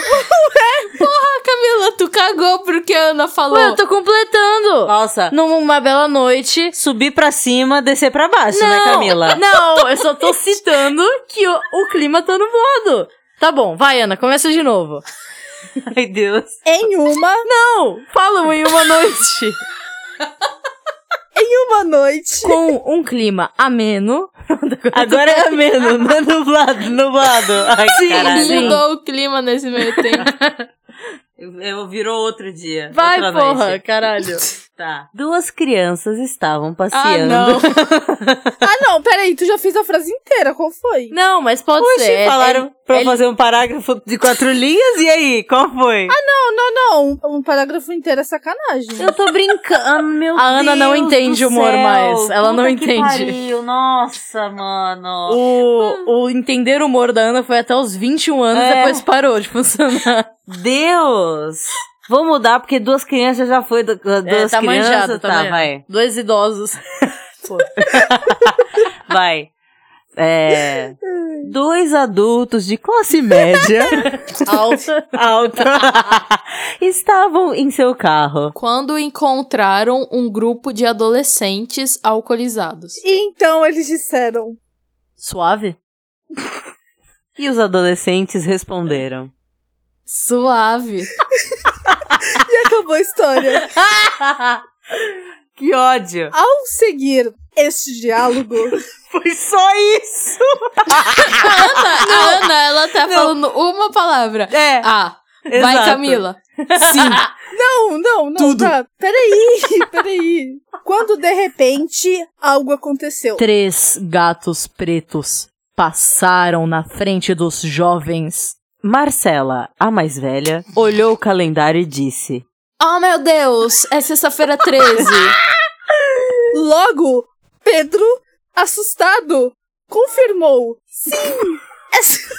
[SPEAKER 3] Camila, tu cagou porque a Ana falou.
[SPEAKER 4] *laughs* Ué, eu tô completando!
[SPEAKER 5] Nossa,
[SPEAKER 4] Numa bela noite.
[SPEAKER 5] subir pra cima, descer pra baixo, né,
[SPEAKER 4] *laughs*
[SPEAKER 5] Camila?
[SPEAKER 4] Não, eu só tô citando que o, o clima tá nublado. Tá bom, vai, Ana, começa de novo.
[SPEAKER 5] Ai, Deus.
[SPEAKER 2] Em uma.
[SPEAKER 4] Não, falam em uma noite
[SPEAKER 2] Em uma noite.
[SPEAKER 4] *laughs* com um clima ameno.
[SPEAKER 5] Agora é ameno, *laughs* não é nublado, nublado. Ai,
[SPEAKER 4] Sim,
[SPEAKER 5] caralho.
[SPEAKER 4] sim.
[SPEAKER 3] Mudou o clima nesse
[SPEAKER 4] *laughs*
[SPEAKER 3] meio tempo.
[SPEAKER 5] Eu, eu- virou outro dia.
[SPEAKER 4] Vai,
[SPEAKER 5] outra
[SPEAKER 4] porra,
[SPEAKER 5] noite. *laughs*
[SPEAKER 4] caralho.
[SPEAKER 5] Tá. Duas crianças estavam
[SPEAKER 3] Ah,
[SPEAKER 5] passeando. *laughs*
[SPEAKER 3] não.
[SPEAKER 2] Ah, não, peraí, tu já fez a frase inteira, qual foi?
[SPEAKER 4] Não, mas pode
[SPEAKER 5] Oxi,
[SPEAKER 4] ser. é-
[SPEAKER 5] falaram pra eu
[SPEAKER 4] é-
[SPEAKER 5] fazer um parágrafo de quatro linhas, e aí? Qual foi?
[SPEAKER 2] Não, não, não, um, um parágrafo inteiro é sacanagem.
[SPEAKER 5] Ah, Eu tô brincando, meu
[SPEAKER 4] A Ana não
[SPEAKER 5] Deus
[SPEAKER 4] entende
[SPEAKER 5] do
[SPEAKER 4] humor
[SPEAKER 5] céu.
[SPEAKER 4] mais, ela não
[SPEAKER 5] Puta que
[SPEAKER 4] entende.
[SPEAKER 5] pariu, Nossa, mano.
[SPEAKER 4] O, o entender o humor da Ana foi até os 21 anos,
[SPEAKER 5] É.
[SPEAKER 4] depois parou tipo, de *laughs* funcionar.
[SPEAKER 5] Deus! Vou mudar, porque duas crianças já foi. du- Duas
[SPEAKER 4] É, tá
[SPEAKER 5] crianças,
[SPEAKER 4] manjado, tá
[SPEAKER 5] tá,
[SPEAKER 4] manjado.
[SPEAKER 5] vai.
[SPEAKER 4] Dois *laughs* idosos.
[SPEAKER 5] Vai. *laughs* É, dois adultos de classe *laughs* média
[SPEAKER 2] Alto.
[SPEAKER 5] alta *laughs* estavam em seu carro.
[SPEAKER 3] Quando encontraram um grupo de adolescentes alcoolizados.
[SPEAKER 2] E então eles disseram.
[SPEAKER 4] Suave?
[SPEAKER 5] *laughs* E os adolescentes responderam.
[SPEAKER 4] *laughs*
[SPEAKER 3] Suave.
[SPEAKER 2] E acabou a história.
[SPEAKER 3] *laughs*
[SPEAKER 5] que ódio!
[SPEAKER 2] Ao seguir este diálogo,
[SPEAKER 5] Foi só isso!
[SPEAKER 4] Ah, tá.
[SPEAKER 3] A Ana, ela tá falando uma palavra.
[SPEAKER 5] É,
[SPEAKER 3] Ah, vai
[SPEAKER 5] exato.
[SPEAKER 3] Camila.
[SPEAKER 4] *laughs*
[SPEAKER 3] Sim.
[SPEAKER 2] não, não, não,
[SPEAKER 3] Tudo.
[SPEAKER 2] tá. Peraí, peraí. Quando de repente algo aconteceu.
[SPEAKER 4] Três gatos pretos passaram na frente dos jovens.
[SPEAKER 5] Marcela, a mais velha, olhou o calendário e disse:
[SPEAKER 3] Oh, meu Deus, é sexta-feira 13.
[SPEAKER 2] Logo, Pedro, assustado, confirmou. Sim! é se-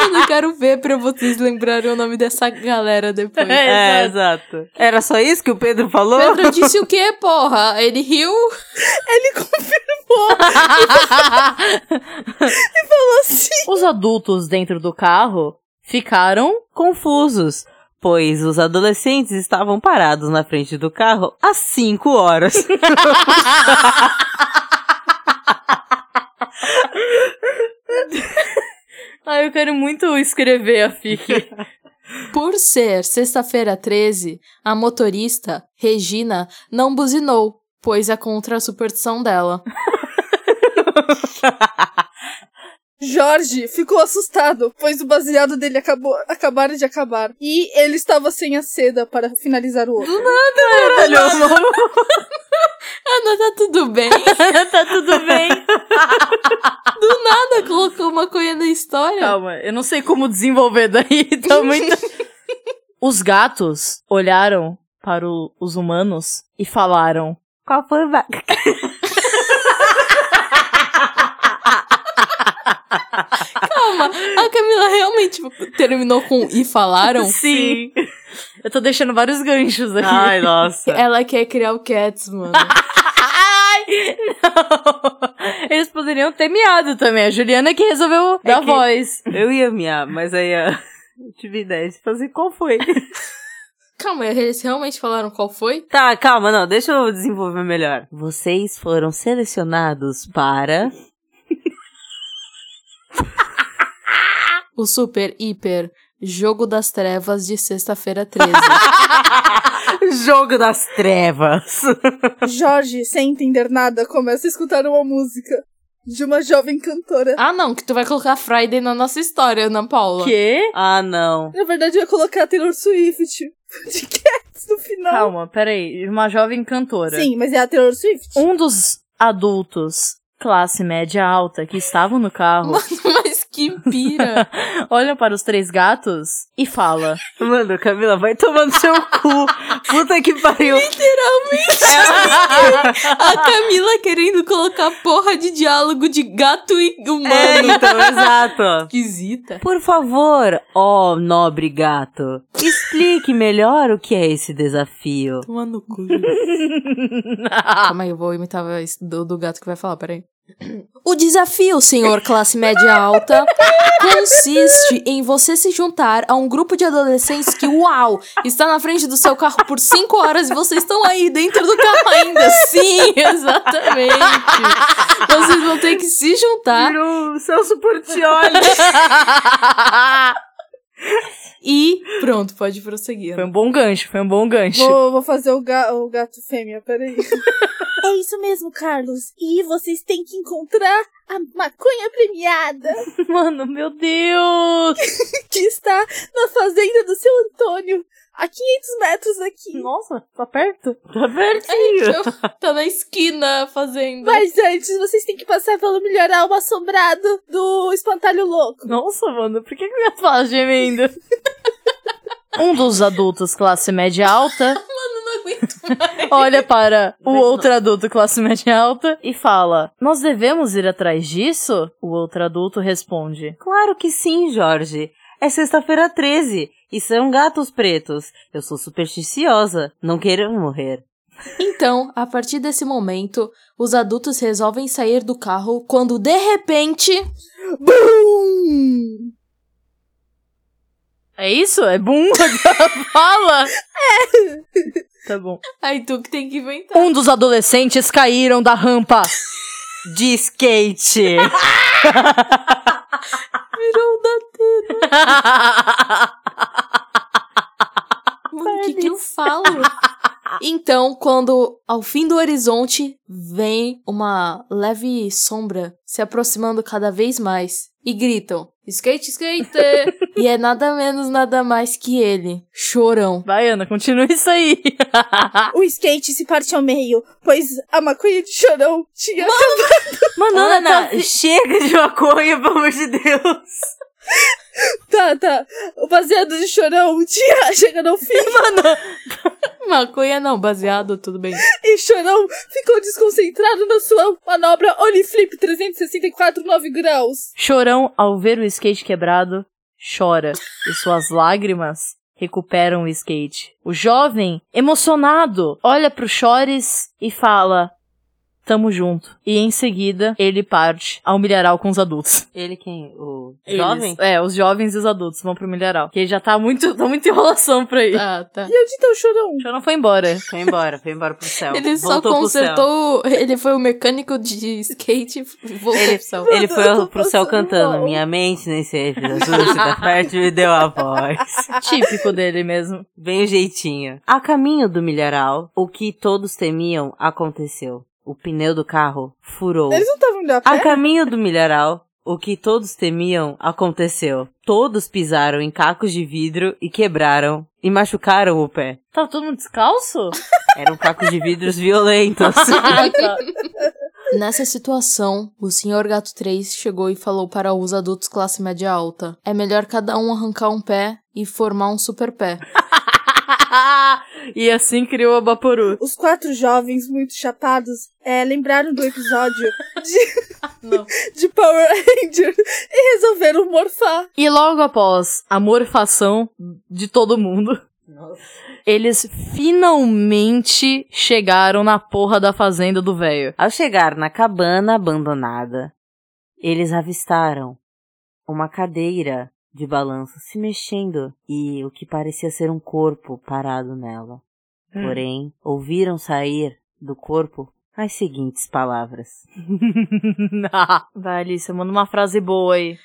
[SPEAKER 3] Eu não quero ver pra vocês lembrarem o nome dessa galera depois.
[SPEAKER 5] É, exato. Era só isso que o Pedro falou?
[SPEAKER 3] Pedro disse o quê, porra? Ele riu?
[SPEAKER 2] Ele confirmou.
[SPEAKER 4] Os adultos dentro do carro ficaram.
[SPEAKER 5] Confusos, pois os adolescentes estavam parados na frente do carro há cinco *laughs* horas.
[SPEAKER 4] Ah, eu quero muito escrever a fic.
[SPEAKER 3] Por ser sexta-feira 13, a motorista, Regina, não buzinou, pois é contra a superstição dela.
[SPEAKER 2] Jorge ficou assustado, pois o baseado dele acabou, acabaram de acabar. E ele estava sem a seda para finalizar o outro.
[SPEAKER 3] *laughs* Ana, tá tudo *laughs* bem?
[SPEAKER 4] tá tudo
[SPEAKER 3] *laughs*
[SPEAKER 4] bem.
[SPEAKER 3] Ana colocou maconha na história.
[SPEAKER 4] Calma, eu não sei como desenvolver daí. *laughs* Tá muito. Os gatos olharam para o- os humanos e falaram.
[SPEAKER 5] Qual foi o ba-
[SPEAKER 3] Calma, a Camila realmente terminou com e *laughs* falaram.
[SPEAKER 4] Sim. *laughs* Ah. Eu tô deixando vários ganchos aqui.
[SPEAKER 5] Ai, nossa.
[SPEAKER 3] Ela quer criar o Cats, *laughs* mano.
[SPEAKER 4] Ai, não. Eles poderiam ter miado também. A Juliana É que resolveu dar
[SPEAKER 5] que-
[SPEAKER 4] voz.
[SPEAKER 5] *laughs* Eu ia miar, mas aí ah, *laughs* eu tive ideia de fazer qual foi.
[SPEAKER 3] Calma, eles realmente falaram qual foi?
[SPEAKER 5] *laughs* Tá, calma, não, deixa eu desenvolver melhor. Vocês foram selecionados para.
[SPEAKER 3] O super, hiper, jogo das trevas de sexta-feira *laughs* 13.
[SPEAKER 5] *laughs* Jogo das Trevas.
[SPEAKER 2] Jorge, sem entender nada, começa a escutar uma música de uma jovem cantora.
[SPEAKER 3] ah, não, que tu vai colocar Friday na nossa história, Ana Paula.
[SPEAKER 4] Quê?
[SPEAKER 5] Ah, não.
[SPEAKER 2] Na verdade, eu ia colocar Taylor Swift *laughs* de Cats no final.
[SPEAKER 4] Calma, peraí. Uma jovem cantora.
[SPEAKER 2] Sim, mas é a Taylor Swift.
[SPEAKER 4] Um dos adultos classe média alta que estavam no carro *laughs*
[SPEAKER 3] *laughs* Mas que pira.
[SPEAKER 4] olham para os três gatos e fala.
[SPEAKER 5] Mano, Camila, vai tomando seu cu. Puta que
[SPEAKER 4] *laughs*
[SPEAKER 5] pariu.
[SPEAKER 4] Então,
[SPEAKER 3] A Camila querendo colocar porra de diálogo de gato e
[SPEAKER 5] É,
[SPEAKER 3] humano.
[SPEAKER 5] então, exato.
[SPEAKER 3] Esquisita.
[SPEAKER 5] Por favor, ó nobre gato, explique melhor o que é esse desafio.
[SPEAKER 3] Toma no cu. Calma aí, eu vou imitar a voz do, do gato que vai falar, peraí. O desafio, senhor classe média alta, consiste em você se juntar a um grupo de adolescentes que, uau, está na frente do seu carro por cinco horas e vocês estão aí dentro do carro ainda. Sim, *laughs* exatamente. Vocês vão ter que se juntar
[SPEAKER 5] Virou o
[SPEAKER 4] *laughs*
[SPEAKER 5] Celso Portioli.
[SPEAKER 3] e pronto, pode prosseguir.
[SPEAKER 4] Foi um bom gancho, foi um bom gancho.
[SPEAKER 2] Vou, vou fazer o, ga- o gato fêmea, peraí. é isso mesmo, Carlos. E vocês têm que encontrar a maconha premiada
[SPEAKER 4] Mano, meu Deus!
[SPEAKER 2] que está na fazenda do seu Antônio. a 500 metros daqui.
[SPEAKER 4] Nossa, tá perto.
[SPEAKER 5] Tá pertinho.
[SPEAKER 3] Eu- *laughs* Tá na esquina fazendo.
[SPEAKER 2] Mas antes, vocês têm que passar pelo melhor alma assombrado do espantalho louco.
[SPEAKER 4] Nossa, mano, por que que eu ia falar gemendo? *laughs* Um dos adultos classe média
[SPEAKER 3] *laughs*
[SPEAKER 4] alta
[SPEAKER 3] Eu não aguento.
[SPEAKER 4] olha para o
[SPEAKER 5] Vê se não-
[SPEAKER 4] outro adulto classe média alta e fala: Nós devemos ir atrás disso? O outro adulto responde:
[SPEAKER 5] Claro que sim, Jorge. É sexta-feira 13 e são gatos pretos. Eu sou supersticiosa, não quero morrer.
[SPEAKER 3] Então, a partir desse momento, os adultos resolvem sair do carro quando de repente.
[SPEAKER 2] Bum!
[SPEAKER 4] É isso? É bum? Fala! Tá bom.
[SPEAKER 3] Aí tu que tem que inventar.
[SPEAKER 4] Um dos adolescentes caíram da rampa.
[SPEAKER 5] De *laughs* skate!
[SPEAKER 3] Virou da Mano, o que, que eu falo? Então, quando ao fim do horizonte vem uma leve sombra se aproximando cada vez mais e gritam: Skate, skate! e é nada menos, nada mais que ele, chorão.
[SPEAKER 4] Vai, Ana, continua isso aí. Ah.
[SPEAKER 2] O skate se parte ao meio, pois a maconha de chorão tinha.
[SPEAKER 4] Mano, Ana, tá-
[SPEAKER 5] Ana, chega de maconha, pelo amor de Deus!
[SPEAKER 2] Tá, tá. O baseado de chorão tinha. *laughs* Chegando ao fim.
[SPEAKER 3] Maconha não, baseado, tudo bem.
[SPEAKER 2] E Chorão ficou desconcentrado na sua manobra Oliflip 364 9 graus.
[SPEAKER 4] Chorão, ao ver o skate quebrado, chora, e suas lágrimas recuperam o skate. O jovem, emocionado, olha pro Chores e fala: Tamo junto. E em seguida, ele parte ao milharal com os adultos.
[SPEAKER 5] Ele quem? O
[SPEAKER 4] Eles-
[SPEAKER 5] jovem?
[SPEAKER 4] É, os jovens e os adultos vão pro milharal. Que já tá muito, *laughs* tá muita enrolação pra ir.
[SPEAKER 3] Tá, tá.
[SPEAKER 2] E onde tá o Chorão?
[SPEAKER 4] O Chorão foi *laughs* embora.
[SPEAKER 5] Foi embora, foi embora pro céu.
[SPEAKER 3] Ele só
[SPEAKER 5] Voltou pro céu.
[SPEAKER 3] consertou. Ele foi o mecânico de skate e voltou pro céu.
[SPEAKER 5] Ele
[SPEAKER 2] Eu tô
[SPEAKER 5] foi pro céu
[SPEAKER 2] passando
[SPEAKER 5] cantando.
[SPEAKER 2] mal.
[SPEAKER 5] Minha mente né, nem se fez azul, da parte tá me deu a voz.
[SPEAKER 4] Típico dele mesmo.
[SPEAKER 5] Bem o jeitinho. A caminho do milharal, o que todos temiam aconteceu. O pneu do carro furou.
[SPEAKER 2] Eles não estavam indo a
[SPEAKER 5] A
[SPEAKER 2] pé?
[SPEAKER 5] caminho do milharal, o que todos temiam aconteceu. Todos pisaram em cacos de vidro e quebraram e machucaram o pé.
[SPEAKER 4] Tava todo mundo descalço?
[SPEAKER 5] Eram cacos de vidros violentos.
[SPEAKER 4] Ah, tá.
[SPEAKER 3] Nessa situação, o Sr. Gato 3 chegou e falou para os adultos classe média alta: é melhor cada um arrancar um pé e formar um super pé.
[SPEAKER 4] e assim criou a Baporu.
[SPEAKER 2] Os quatro jovens muito chapados é, lembraram do
[SPEAKER 3] *laughs*
[SPEAKER 2] episódio de,
[SPEAKER 3] Não.
[SPEAKER 2] de Power Ranger e resolveram morfar.
[SPEAKER 4] E logo após a morfação de todo mundo, eles finalmente chegaram na porra da fazenda do velho.
[SPEAKER 5] Ao chegar na cabana abandonada, eles avistaram uma cadeira de balanço se mexendo e o que parecia ser um corpo parado nela. Porém, ouviram sair do corpo as seguintes palavras.
[SPEAKER 4] Vai, Alice, manda uma frase boa aí.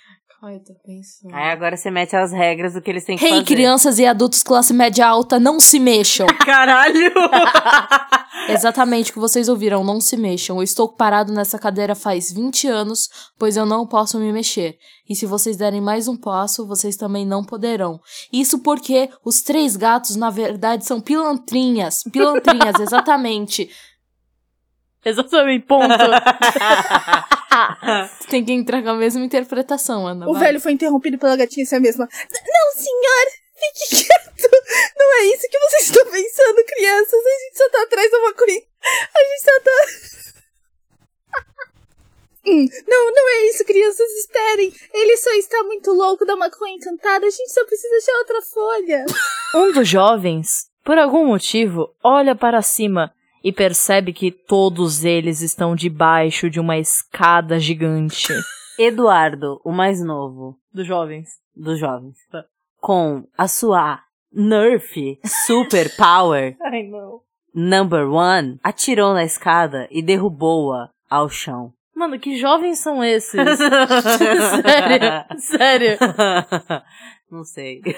[SPEAKER 3] Ai, eu tô pensando.
[SPEAKER 5] Aí agora você mete as regras do que eles têm que
[SPEAKER 3] Hey,
[SPEAKER 5] fazer.
[SPEAKER 3] crianças e adultos classe média alta, não se mexam!
[SPEAKER 5] Caralho!
[SPEAKER 3] Exatamente o que vocês ouviram, não se mexam. Eu estou parado nessa cadeira faz 20 anos, pois eu não posso me mexer. E se vocês derem mais um passo, vocês também não poderão. Isso porque os três gatos, na verdade, são pilantrinhas. *laughs* Pilantrinhas, exatamente.
[SPEAKER 4] Exatamente, ponto.
[SPEAKER 3] Tem que entrar com a mesma interpretação, Ana.
[SPEAKER 2] O
[SPEAKER 3] vai.
[SPEAKER 2] velho foi interrompido pela gatinha si mesma. "N- Não, senhor! Fique quieto! Não é isso que vocês estão pensando, crianças! A gente só tá atrás da maconha! A gente só tá. *laughs* Hum, Não, não é isso, crianças, esperem! Ele só está muito louco da maconha encantada, a gente só precisa achar outra folha!
[SPEAKER 4] Um dos jovens, por algum motivo, olha para cima e percebe que todos eles estão debaixo de uma escada *laughs* gigante.
[SPEAKER 5] Eduardo, o mais novo
[SPEAKER 4] Dos jovens.
[SPEAKER 5] dos jovens,
[SPEAKER 4] Tá.
[SPEAKER 5] com a sua Nerf Super Power
[SPEAKER 4] *laughs* Ai, não.
[SPEAKER 5] Number One atirou na escada e derrubou-a ao
[SPEAKER 4] *laughs*
[SPEAKER 5] chão.
[SPEAKER 4] Mano, que jovens são *laughs* esses? sério, sério.
[SPEAKER 5] Não sei.
[SPEAKER 4] *laughs*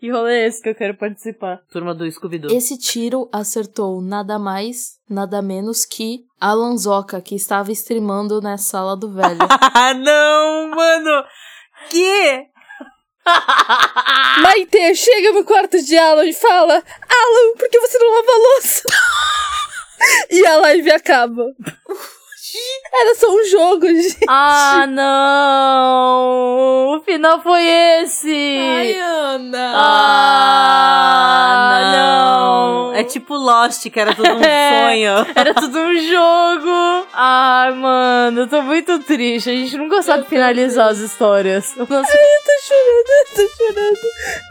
[SPEAKER 4] Que rolê é esse que eu quero participar?
[SPEAKER 5] Turma do Scooby-Doo. *laughs*
[SPEAKER 3] Esse tiro acertou nada mais, nada menos que a Lanzoca, que estava streamando na sala do velho.
[SPEAKER 5] Ah, não, mano! Ah, Que?
[SPEAKER 6] Maite chega no quarto de Alan e fala: Alan, por que você não lava a louça? e a live acaba. Era só um jogo, gente.
[SPEAKER 4] ah, não! O final foi esse!
[SPEAKER 3] *laughs* Ai, Ana.
[SPEAKER 4] Ah, não.
[SPEAKER 5] É tipo Lost, que era
[SPEAKER 4] *laughs*
[SPEAKER 5] tudo um
[SPEAKER 4] É.
[SPEAKER 5] sonho.
[SPEAKER 4] Era tudo um jogo! Ai, mano, eu tô muito triste. A gente nunca sabe finalizar as histórias. O nosso
[SPEAKER 6] Tô chorando, eu tô chorando.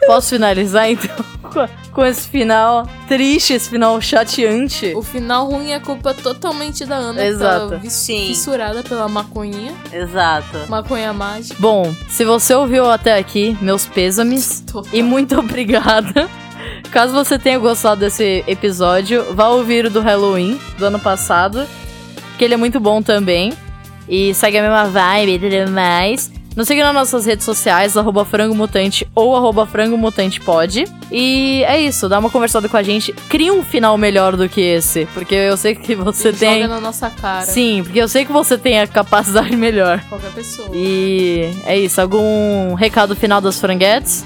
[SPEAKER 4] Posso finalizar então *laughs* com- com esse final triste, esse final chateante?
[SPEAKER 3] O final ruim é culpa totalmente da Ana, que tá
[SPEAKER 4] Exato.
[SPEAKER 3] vis-
[SPEAKER 5] Sim.
[SPEAKER 3] fissurada pela maconhinha,
[SPEAKER 5] Exato.
[SPEAKER 3] maconha mágica.
[SPEAKER 4] Bom, se você ouviu até aqui, meus
[SPEAKER 3] *laughs*
[SPEAKER 4] pêsames
[SPEAKER 3] Tô-
[SPEAKER 4] e muito obrigada. Caso você tenha gostado desse episódio, vá ouvir o do Halloween do ano passado, que ele é muito bom também. E segue a mesma vibe e tudo mais. Nos siga nas nossas redes sociais, arroba frangomutante ou arroba frangomutantepod. E é isso, dá uma conversada com a gente. Cria um final melhor do que esse, porque eu sei que você
[SPEAKER 3] Joga
[SPEAKER 4] tem...
[SPEAKER 3] na nossa cara,
[SPEAKER 4] Sim, porque eu sei que você tem a capacidade *laughs* melhor.
[SPEAKER 3] qualquer pessoa.
[SPEAKER 4] E é isso. Algum recado final das franguetes?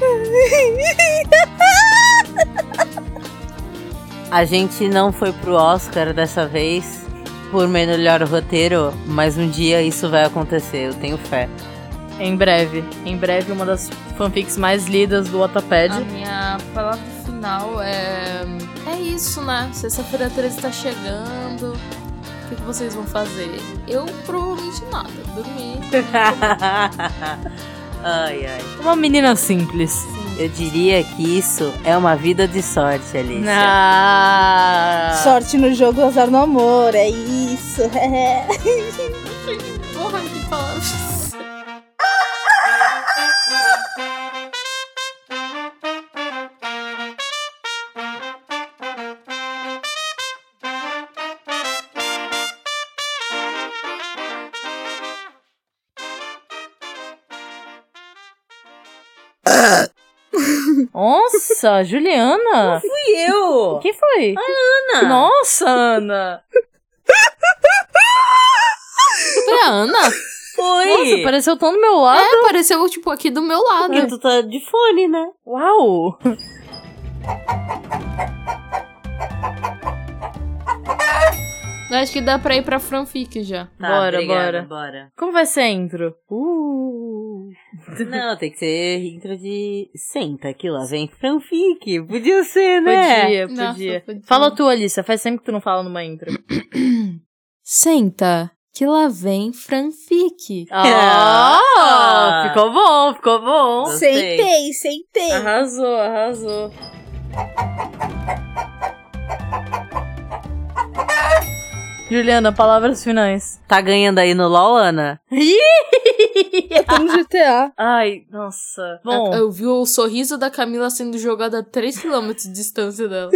[SPEAKER 5] A gente não foi pro Oscar dessa vez por melhor roteiro, mas um dia isso vai acontecer, eu tenho fé. *laughs*
[SPEAKER 4] Em breve. Em breve, uma das fanfics mais lidas do Wattapad.
[SPEAKER 3] A minha palavra final é. É isso, né? Sexta-feira 13 tá chegando. O que, que vocês vão fazer? Eu provavelmente nada. Dormir.
[SPEAKER 5] ai, ai.
[SPEAKER 4] Uma menina simples.
[SPEAKER 3] assim,
[SPEAKER 5] Eu diria que isso é uma vida de sorte, Alice.
[SPEAKER 4] Ah.
[SPEAKER 6] Sorte no jogo, azar no amor. É isso. *laughs*
[SPEAKER 3] Porra, que palavra. *laughs*
[SPEAKER 4] Ah. Nossa, *laughs* Juliana!
[SPEAKER 5] E eu?
[SPEAKER 4] O que foi?
[SPEAKER 5] Ana?
[SPEAKER 4] Nossa, Ana!
[SPEAKER 3] Foi a Ana?
[SPEAKER 5] Foi!
[SPEAKER 4] Nossa, apareceu tão do meu lado.
[SPEAKER 3] É, apareceu, tipo, aqui do meu lado.
[SPEAKER 4] É.
[SPEAKER 5] Porque tu tá de fone, né?
[SPEAKER 4] Uau!
[SPEAKER 3] Eu acho que dá pra ir pra fanfic já.
[SPEAKER 4] Bora, Tá, bora.
[SPEAKER 5] bora.
[SPEAKER 4] Como vai ser a intro? Uh.
[SPEAKER 5] Não, tem que ser intro de senta aqui lá, vem fanfic. Podia ser, né?
[SPEAKER 4] Podia,
[SPEAKER 3] Nossa,
[SPEAKER 4] podia.
[SPEAKER 3] podia.
[SPEAKER 4] Fala tu, Alicia. Faz tempo que tu não fala numa intro.
[SPEAKER 3] Senta, que lá vem fanfic.
[SPEAKER 4] Ah, ficou bom, ficou bom.
[SPEAKER 5] Gostei.
[SPEAKER 6] Sentei, sentei.
[SPEAKER 4] Arrasou, arrasou. Juliana, palavras finais.
[SPEAKER 5] Tá ganhando aí no LOL, Ana?
[SPEAKER 6] Eu tô no GTA.
[SPEAKER 4] Ai, nossa. Bom,
[SPEAKER 3] Eu vi o sorriso da Camila sendo jogada a 3km de distância dela.